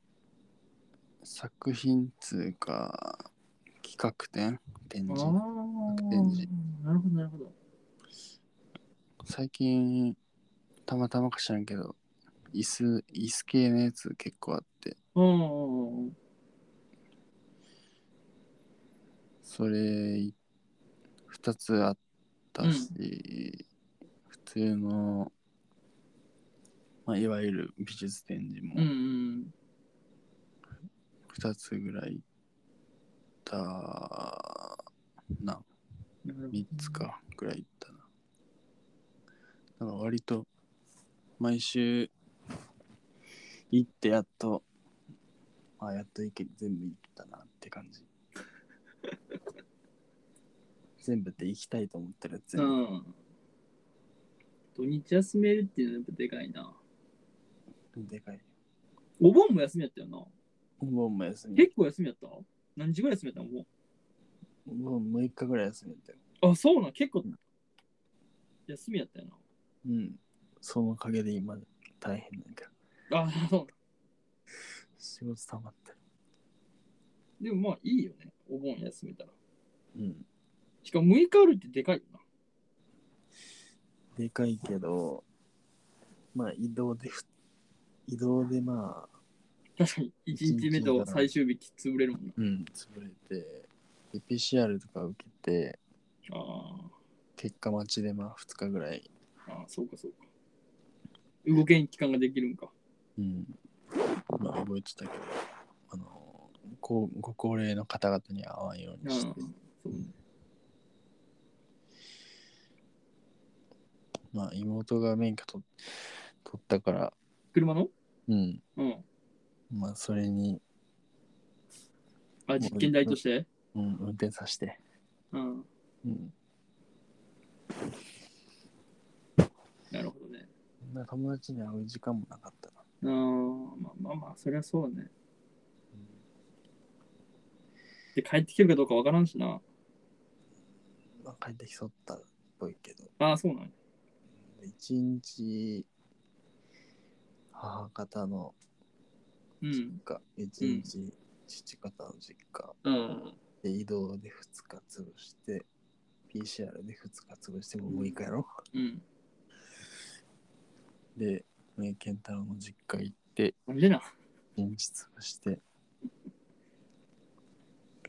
[SPEAKER 2] 作品通か、企画展展
[SPEAKER 1] あ
[SPEAKER 2] 示。展示
[SPEAKER 1] あ、なるほど、なるほど。
[SPEAKER 2] 最近、たまたまか知らんけど、椅子、椅子系のやつ結構あって、
[SPEAKER 1] うんうんうん
[SPEAKER 2] それ、2つあったし、普通の、まあ、いわゆる美術展示
[SPEAKER 1] うん。うんう
[SPEAKER 2] も
[SPEAKER 1] ん。
[SPEAKER 2] 2つぐらい行ったな。
[SPEAKER 1] なるほど
[SPEAKER 2] 3つ。かぐらい行ったな。だから割と毎週行ってやっと、あやっと行け全部行ったなって感じ。全部って行きたいと思ったら全
[SPEAKER 1] う
[SPEAKER 2] 部、
[SPEAKER 1] ん。土日休めるっていうのはやっぱでかいな。
[SPEAKER 2] でかい。
[SPEAKER 1] お盆も休みやったよな。
[SPEAKER 2] お盆も休み。
[SPEAKER 1] 結構休みやった何時ぐらい休みやったのお
[SPEAKER 2] お盆6日ぐらい休みだったよ。
[SPEAKER 1] 盆あ、そうなん。結構休みやったよ
[SPEAKER 2] うん。そのおかげで今大変なんか
[SPEAKER 1] な。あ、そうなん。
[SPEAKER 2] 仕事溜まってる。
[SPEAKER 1] でもまあいいよね。お盆休めたら。
[SPEAKER 2] うん。
[SPEAKER 1] しかも6日あるってでかいよな。
[SPEAKER 2] でかいけど、まあ移動でふ、移動でまあ、
[SPEAKER 1] 確かに1日目と最終日きつぶれるもんな。
[SPEAKER 2] うん、潰れて、で PCR とか受けて、
[SPEAKER 1] あ
[SPEAKER 2] 結果待ちでまあ2日ぐらい、
[SPEAKER 1] ーあー、そうかそうか。動けん期間ができるんか。
[SPEAKER 2] うん、まあ覚えてたけど、あの、ごご高齢の方々に会わんよう
[SPEAKER 1] あ
[SPEAKER 2] に
[SPEAKER 1] ー
[SPEAKER 2] して、
[SPEAKER 1] そうね
[SPEAKER 2] まあ妹が免許取取ったから、
[SPEAKER 1] 車の
[SPEAKER 2] うん、
[SPEAKER 1] うん。
[SPEAKER 2] まあそれに、
[SPEAKER 1] あ、実験台として
[SPEAKER 2] うん、運転させて、
[SPEAKER 1] うん。
[SPEAKER 2] うん、
[SPEAKER 1] なるほどね。
[SPEAKER 2] まあ友達に会う時間もなかったな。
[SPEAKER 1] あーまあまあまあ、そりゃそうね。で、帰ってきてるかどうかわからんしな。
[SPEAKER 2] まあ、帰ってきそうだったっぽいけど、
[SPEAKER 1] ああ、そうなんや
[SPEAKER 2] 一日、母方の
[SPEAKER 1] うん。
[SPEAKER 2] が一日、父方の実家
[SPEAKER 3] うん。
[SPEAKER 2] で移動で2日潰して、PCR で2日潰してもう6日やろ、
[SPEAKER 1] うん。
[SPEAKER 2] で、ね、健太郎の実家行って、
[SPEAKER 1] なんでな。
[SPEAKER 2] 1日潰して、っ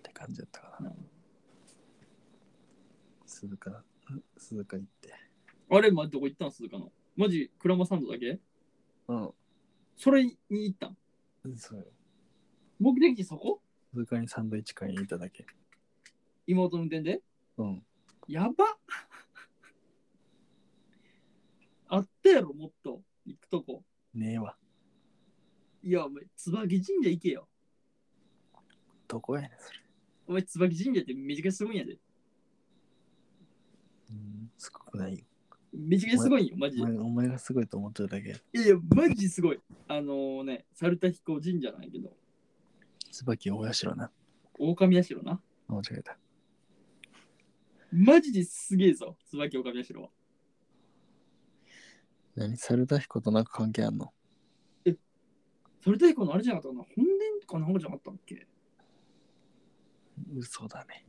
[SPEAKER 2] て感じだったかな。
[SPEAKER 1] うん
[SPEAKER 2] 鈴鹿、鈴鹿行って。
[SPEAKER 1] あれ、まあ、どこ行ったん鈴鹿の。マジ、クラマサンドだけ
[SPEAKER 2] う
[SPEAKER 1] それに行ったん
[SPEAKER 2] ん、そうよ。
[SPEAKER 1] 目的地そこ
[SPEAKER 2] 鈴鹿にサンドイッチ買いに行っただけ。
[SPEAKER 1] 妹の運転で
[SPEAKER 2] うん。
[SPEAKER 1] やばっあったやろ、もっと。行くとこ。
[SPEAKER 2] ねえわ。
[SPEAKER 1] いや、お前、椿神社行けよ。
[SPEAKER 2] どこやねん、それ。
[SPEAKER 1] お前、椿神社ってめちゃくちゃすごいんやで。
[SPEAKER 2] うん、すごくないよ。
[SPEAKER 1] めちゃくちゃすごいんよ、マジ
[SPEAKER 2] お
[SPEAKER 1] で。
[SPEAKER 2] 前お前がすごいと思ってるだけ。
[SPEAKER 1] いやいや、マジすごい。あのね、猿田彦神社なんやけど、
[SPEAKER 2] 椿大社な。
[SPEAKER 1] 狼社な。
[SPEAKER 2] 間違えた。
[SPEAKER 1] マジですげえぞ、椿狼社は。
[SPEAKER 2] 何猿田彦となんか関係あんの
[SPEAKER 1] 猿田彦のあれじゃなかったかな本殿とかなんかじゃなかったっけ
[SPEAKER 2] 嘘だね。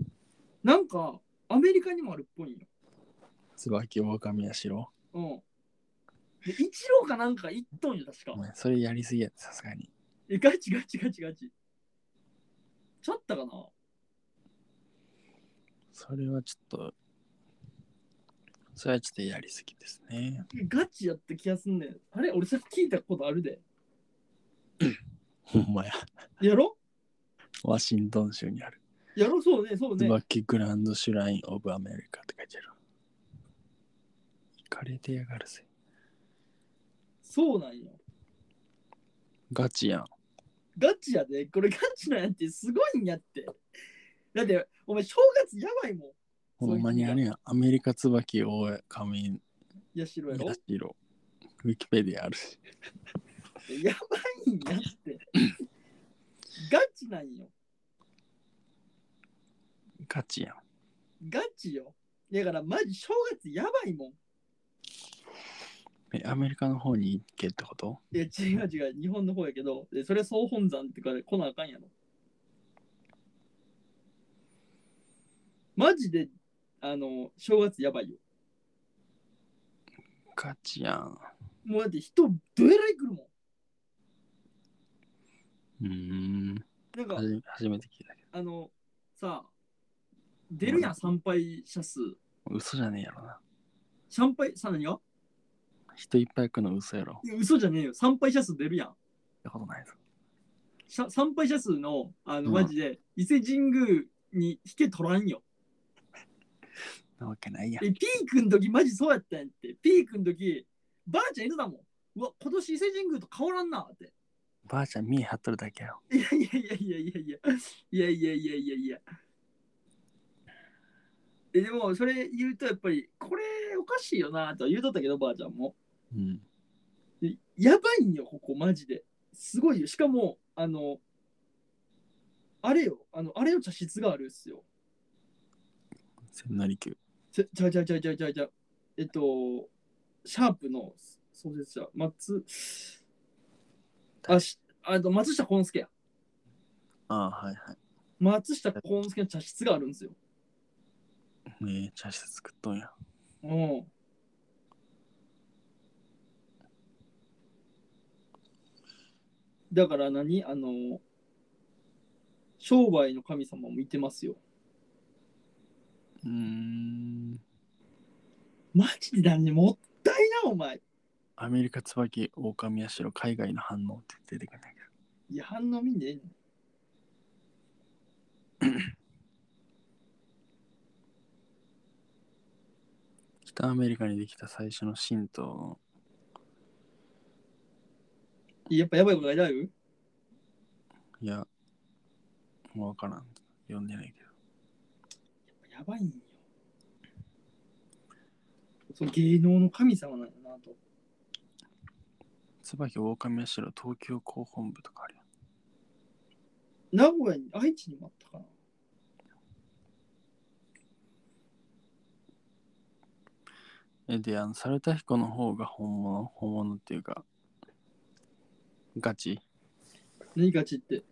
[SPEAKER 1] なんか、アメリカにもあるっぽいんよ。
[SPEAKER 2] 椿、狼や白。
[SPEAKER 1] うん。で、一郎かなんか行っとんよ、確か
[SPEAKER 2] お。前それやりすぎやで、さすがに。
[SPEAKER 1] え、ガチガチガチガチ。ちゃったかな
[SPEAKER 2] それはちょっと、それはちょっとやりすぎですね。
[SPEAKER 1] えガチやった気がすんねん。あれ俺さっき聞いたことあるで。
[SPEAKER 2] ほんまや。
[SPEAKER 1] やろ
[SPEAKER 2] ワシントン州にある。
[SPEAKER 1] やろそうね、そうね。
[SPEAKER 2] 椿グランドシュライン・オブ・アメリカって書いてある。行かれてやがるぜ。
[SPEAKER 1] そうなんよ。
[SPEAKER 2] ガチやん。
[SPEAKER 1] ガチやで。これガチなんやってすごいんやって。だって、お前正月やばいもん。
[SPEAKER 2] ほんまにあれやん。アメリカ椿、大神、
[SPEAKER 1] やしろやろ
[SPEAKER 2] ヤシロ。ウィキペディアあるし。
[SPEAKER 1] やばいんやって。ガチなんよ。
[SPEAKER 2] ガチやん。
[SPEAKER 1] ガチよ。だからマジ正月やばいもん。
[SPEAKER 2] え、アメリカの方に行けってこと
[SPEAKER 1] いや違う違う、日本の方やけど、でそれ総本山ってから来なあかんやろ。マジで、あの、正月やばいよ。
[SPEAKER 2] ガチやん。
[SPEAKER 1] もうだって人、どえらい来るも
[SPEAKER 2] うーん。
[SPEAKER 1] ん。なんか
[SPEAKER 2] は、じ初めて聞いたけ
[SPEAKER 1] あの、さあ、出るやん、参拝者数。
[SPEAKER 2] ど。嘘じゃねえやろな。
[SPEAKER 1] 参拝、さらにが
[SPEAKER 2] 人いっぱい来るの嘘やろ。
[SPEAKER 1] いや嘘じゃねえよ。参拝者数出るやん。
[SPEAKER 2] やことないぞ。
[SPEAKER 1] しゃ参拝者数の、あの、
[SPEAKER 2] うん
[SPEAKER 1] マジで、伊勢神宮に引け取らんよ。
[SPEAKER 2] なわけないやん。
[SPEAKER 1] え、ピークの時マジそうやったんやって。ピークの時、ばあちゃん言ってたもん。うわ、今年伊勢神宮と変わらんなって。
[SPEAKER 2] ばあちゃん、見え張っとるだけやろ。
[SPEAKER 1] いやいやいやいやいやいや。いやいやいやいやいや。え、でも、それ言うとやっぱり、これおかしいよなとは言うとったけど、ばあちゃんも。
[SPEAKER 2] うん。
[SPEAKER 1] でやばいんよ、ここマジで。すごいよ。しかも、あの、あれよ、あの、あれの茶室があるっすよ。
[SPEAKER 2] 千利休。
[SPEAKER 1] ちゃちゃちゃちゃちゃちゃえっと、シャープの創設者、松、あ、しあと松下幸之助や。
[SPEAKER 2] ああ、はいはい。
[SPEAKER 1] 松下幸之助の茶室があるんですよ。
[SPEAKER 2] ええ茶室作っとんや。
[SPEAKER 1] うん。だから何あの、商売の神様もいてますよ。
[SPEAKER 2] うーん。
[SPEAKER 1] マジで何もったいな、お前。
[SPEAKER 2] アメリカ椿、狼やしろ、海外の反応って出てくるんだけど。
[SPEAKER 1] いや、反応見んでええねん。
[SPEAKER 2] 北アメリカにできた最初の神道、
[SPEAKER 1] やっぱやばいことがいだる
[SPEAKER 2] いや、もうわからん。読んでないけど。
[SPEAKER 1] やばいんよ。その芸能の神様なんだなと。
[SPEAKER 2] 椿、狼やしろ、東京広報部とかあるやん。
[SPEAKER 1] 名古屋に、愛知にもあったかな。
[SPEAKER 2] え、で、あの、猿田彦の方が本物、本物っていうか、ガチ
[SPEAKER 1] 何がちって。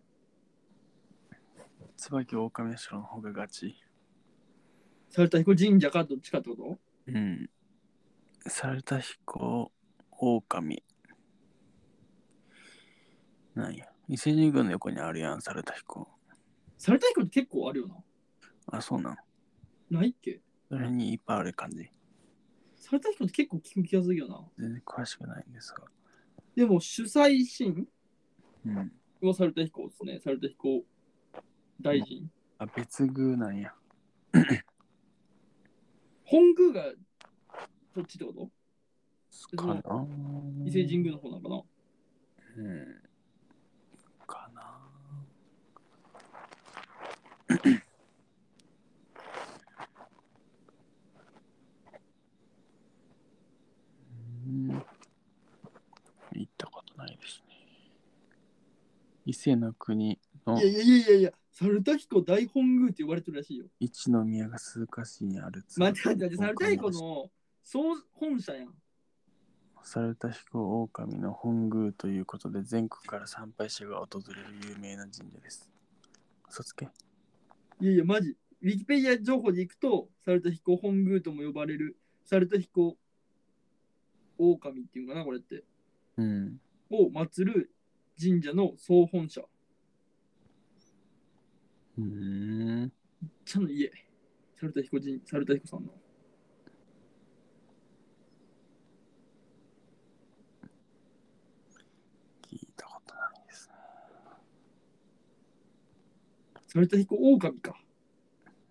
[SPEAKER 2] 椿、狼やしろの方がガチ。
[SPEAKER 1] 猿田彦神社かどっちかってこと
[SPEAKER 2] うん。猿田彦、狼。なんや。伊勢神宮の横にあるやん、猿田彦。
[SPEAKER 1] 猿田彦って結構あるよ
[SPEAKER 2] あ、そうなん。
[SPEAKER 1] な。ないっけ
[SPEAKER 2] それにいっぱいある感じ。
[SPEAKER 1] 猿田彦って結構聞く気がするよな。
[SPEAKER 2] 全然詳しくないんですが。
[SPEAKER 1] でも主催神
[SPEAKER 2] うん。
[SPEAKER 1] は猿田彦ですね。猿田彦大臣。
[SPEAKER 2] あ、別宮なんや。
[SPEAKER 1] 本宮がどっちってこと
[SPEAKER 2] かな
[SPEAKER 1] 伊勢神宮の方なのかな
[SPEAKER 2] うん。かなうん。行ったことないですね。伊勢の国の
[SPEAKER 1] いやいやいやいや、猿田彦大本宮って呼ばれてるらしいよ。
[SPEAKER 2] 一の宮が鈴鹿市にあるつ。
[SPEAKER 1] 待って待って待って、猿田彦の総本社やん。
[SPEAKER 2] 猿田彦狼の本宮ということで全国から参拝者が訪れる有名な神社です。嘘つけ。
[SPEAKER 1] いやいや、マジ。ウィキペディア情報でいくと、猿田彦本宮とも呼ばれるされた彦、狼っていうのかな、これって。
[SPEAKER 2] うん。
[SPEAKER 1] を祀る神社の総本社。
[SPEAKER 2] うん。
[SPEAKER 1] ちゃんの家。サルタヒコ人、サルタヒコさんの。
[SPEAKER 2] 聞いたことないですね。
[SPEAKER 1] サルタヒコ狼か。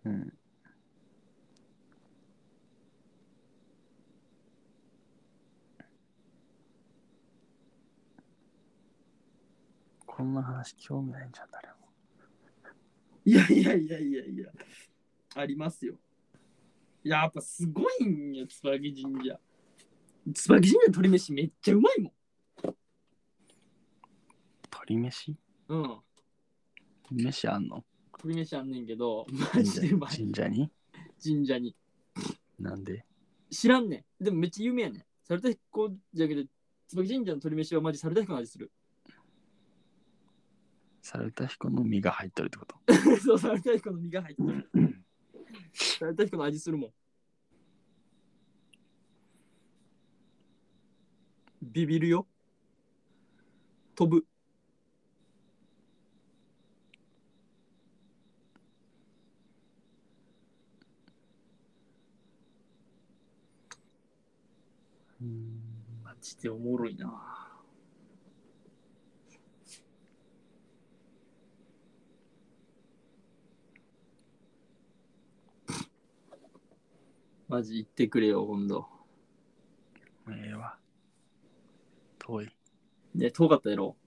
[SPEAKER 2] うん。こんな話興味ないんじゃん、誰も。
[SPEAKER 1] いやいやいやいやいや。ありますよ。やっぱすごいんよ、椿神社。椿神社の鶏飯めっちゃうまいもん。
[SPEAKER 2] 鳥飯
[SPEAKER 1] うん。
[SPEAKER 2] 飯あんの
[SPEAKER 1] 鶏飯あんねんけ ど、マ
[SPEAKER 2] 神
[SPEAKER 1] ジ
[SPEAKER 2] 社
[SPEAKER 1] でうまい。
[SPEAKER 2] 神社に
[SPEAKER 1] 神社に。
[SPEAKER 2] なんで
[SPEAKER 1] 知らんねん。でもめっちゃ有名やねん。サルタヒコじゃけど、椿神社の鶏飯はマジサルタヒコの味する。
[SPEAKER 2] サルタヒコの身が入ってるってこと
[SPEAKER 1] そう、サルタヒコの身が入ってる。 サルタヒコの味するもん。ビビるよ。飛ぶ。
[SPEAKER 2] うん。
[SPEAKER 1] マジでおもろいな。 マジ言ってくれよ、ほんと。
[SPEAKER 2] ええわ。遠い。
[SPEAKER 1] ね、遠かったやろ。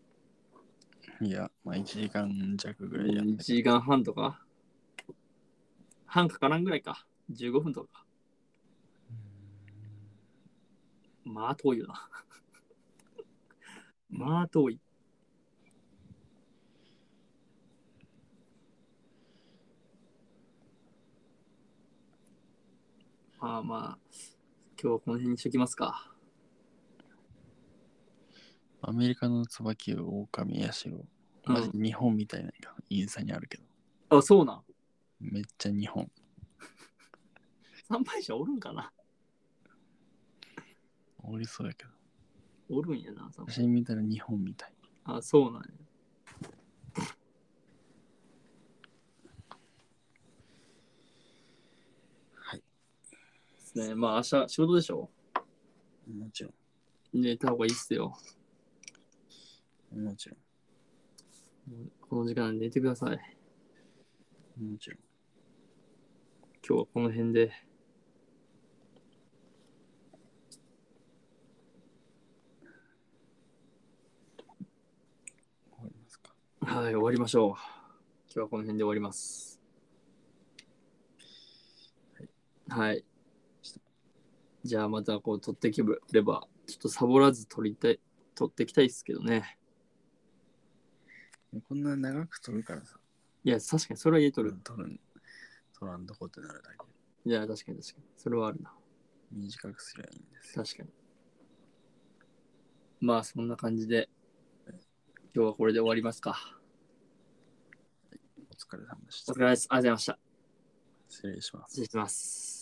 [SPEAKER 2] いや、まあ1時間弱ぐらいや
[SPEAKER 1] 1時間半とか半かからんぐらいか。15分とか。まあ遠いよ な。まあ遠い。まあまあ、今日はこの辺にしときますか。
[SPEAKER 2] アメリカの椿を狼やしろ。マジ日本みたいなのがインスタにあるけど。
[SPEAKER 1] あ、そうなん。
[SPEAKER 2] めっちゃ日本。
[SPEAKER 1] 参拝者おるんかな
[SPEAKER 2] おりそうやけど。
[SPEAKER 1] おるんやな、参拝
[SPEAKER 2] 写真見たら日本みたい。
[SPEAKER 1] あ、そうなんや。
[SPEAKER 2] はい。
[SPEAKER 1] ですね。まあ明日仕事でしょ
[SPEAKER 2] もちろ
[SPEAKER 1] 寝た方がいいっすよ。
[SPEAKER 2] ん。もちろ
[SPEAKER 1] この時間に寝てください。
[SPEAKER 2] ん。もちろん。
[SPEAKER 1] 今日はこの辺で。
[SPEAKER 2] 終わりますか。
[SPEAKER 1] はい、終わりましょう。今日はこの辺で終わります。はい。じゃあまたこう取ってきれば、ちょっとサボらず取りたい、取ってきたいですけどね。
[SPEAKER 2] こんな長く撮るからさ。
[SPEAKER 1] いや、確かにそれは言えと
[SPEAKER 2] 撮る
[SPEAKER 1] る。。
[SPEAKER 2] 撮る。撮らんとこってなるだけ。
[SPEAKER 1] いや、確かに確かに。それはあるな。
[SPEAKER 2] 短くすりゃいいんですよ。
[SPEAKER 1] 確かに。まあそんな感じで、今日はこれで終わりますか。
[SPEAKER 2] お疲れ様でし
[SPEAKER 1] お疲。
[SPEAKER 2] た
[SPEAKER 1] れ様です。ありがとうございました。
[SPEAKER 2] 失礼します。
[SPEAKER 1] 失礼します。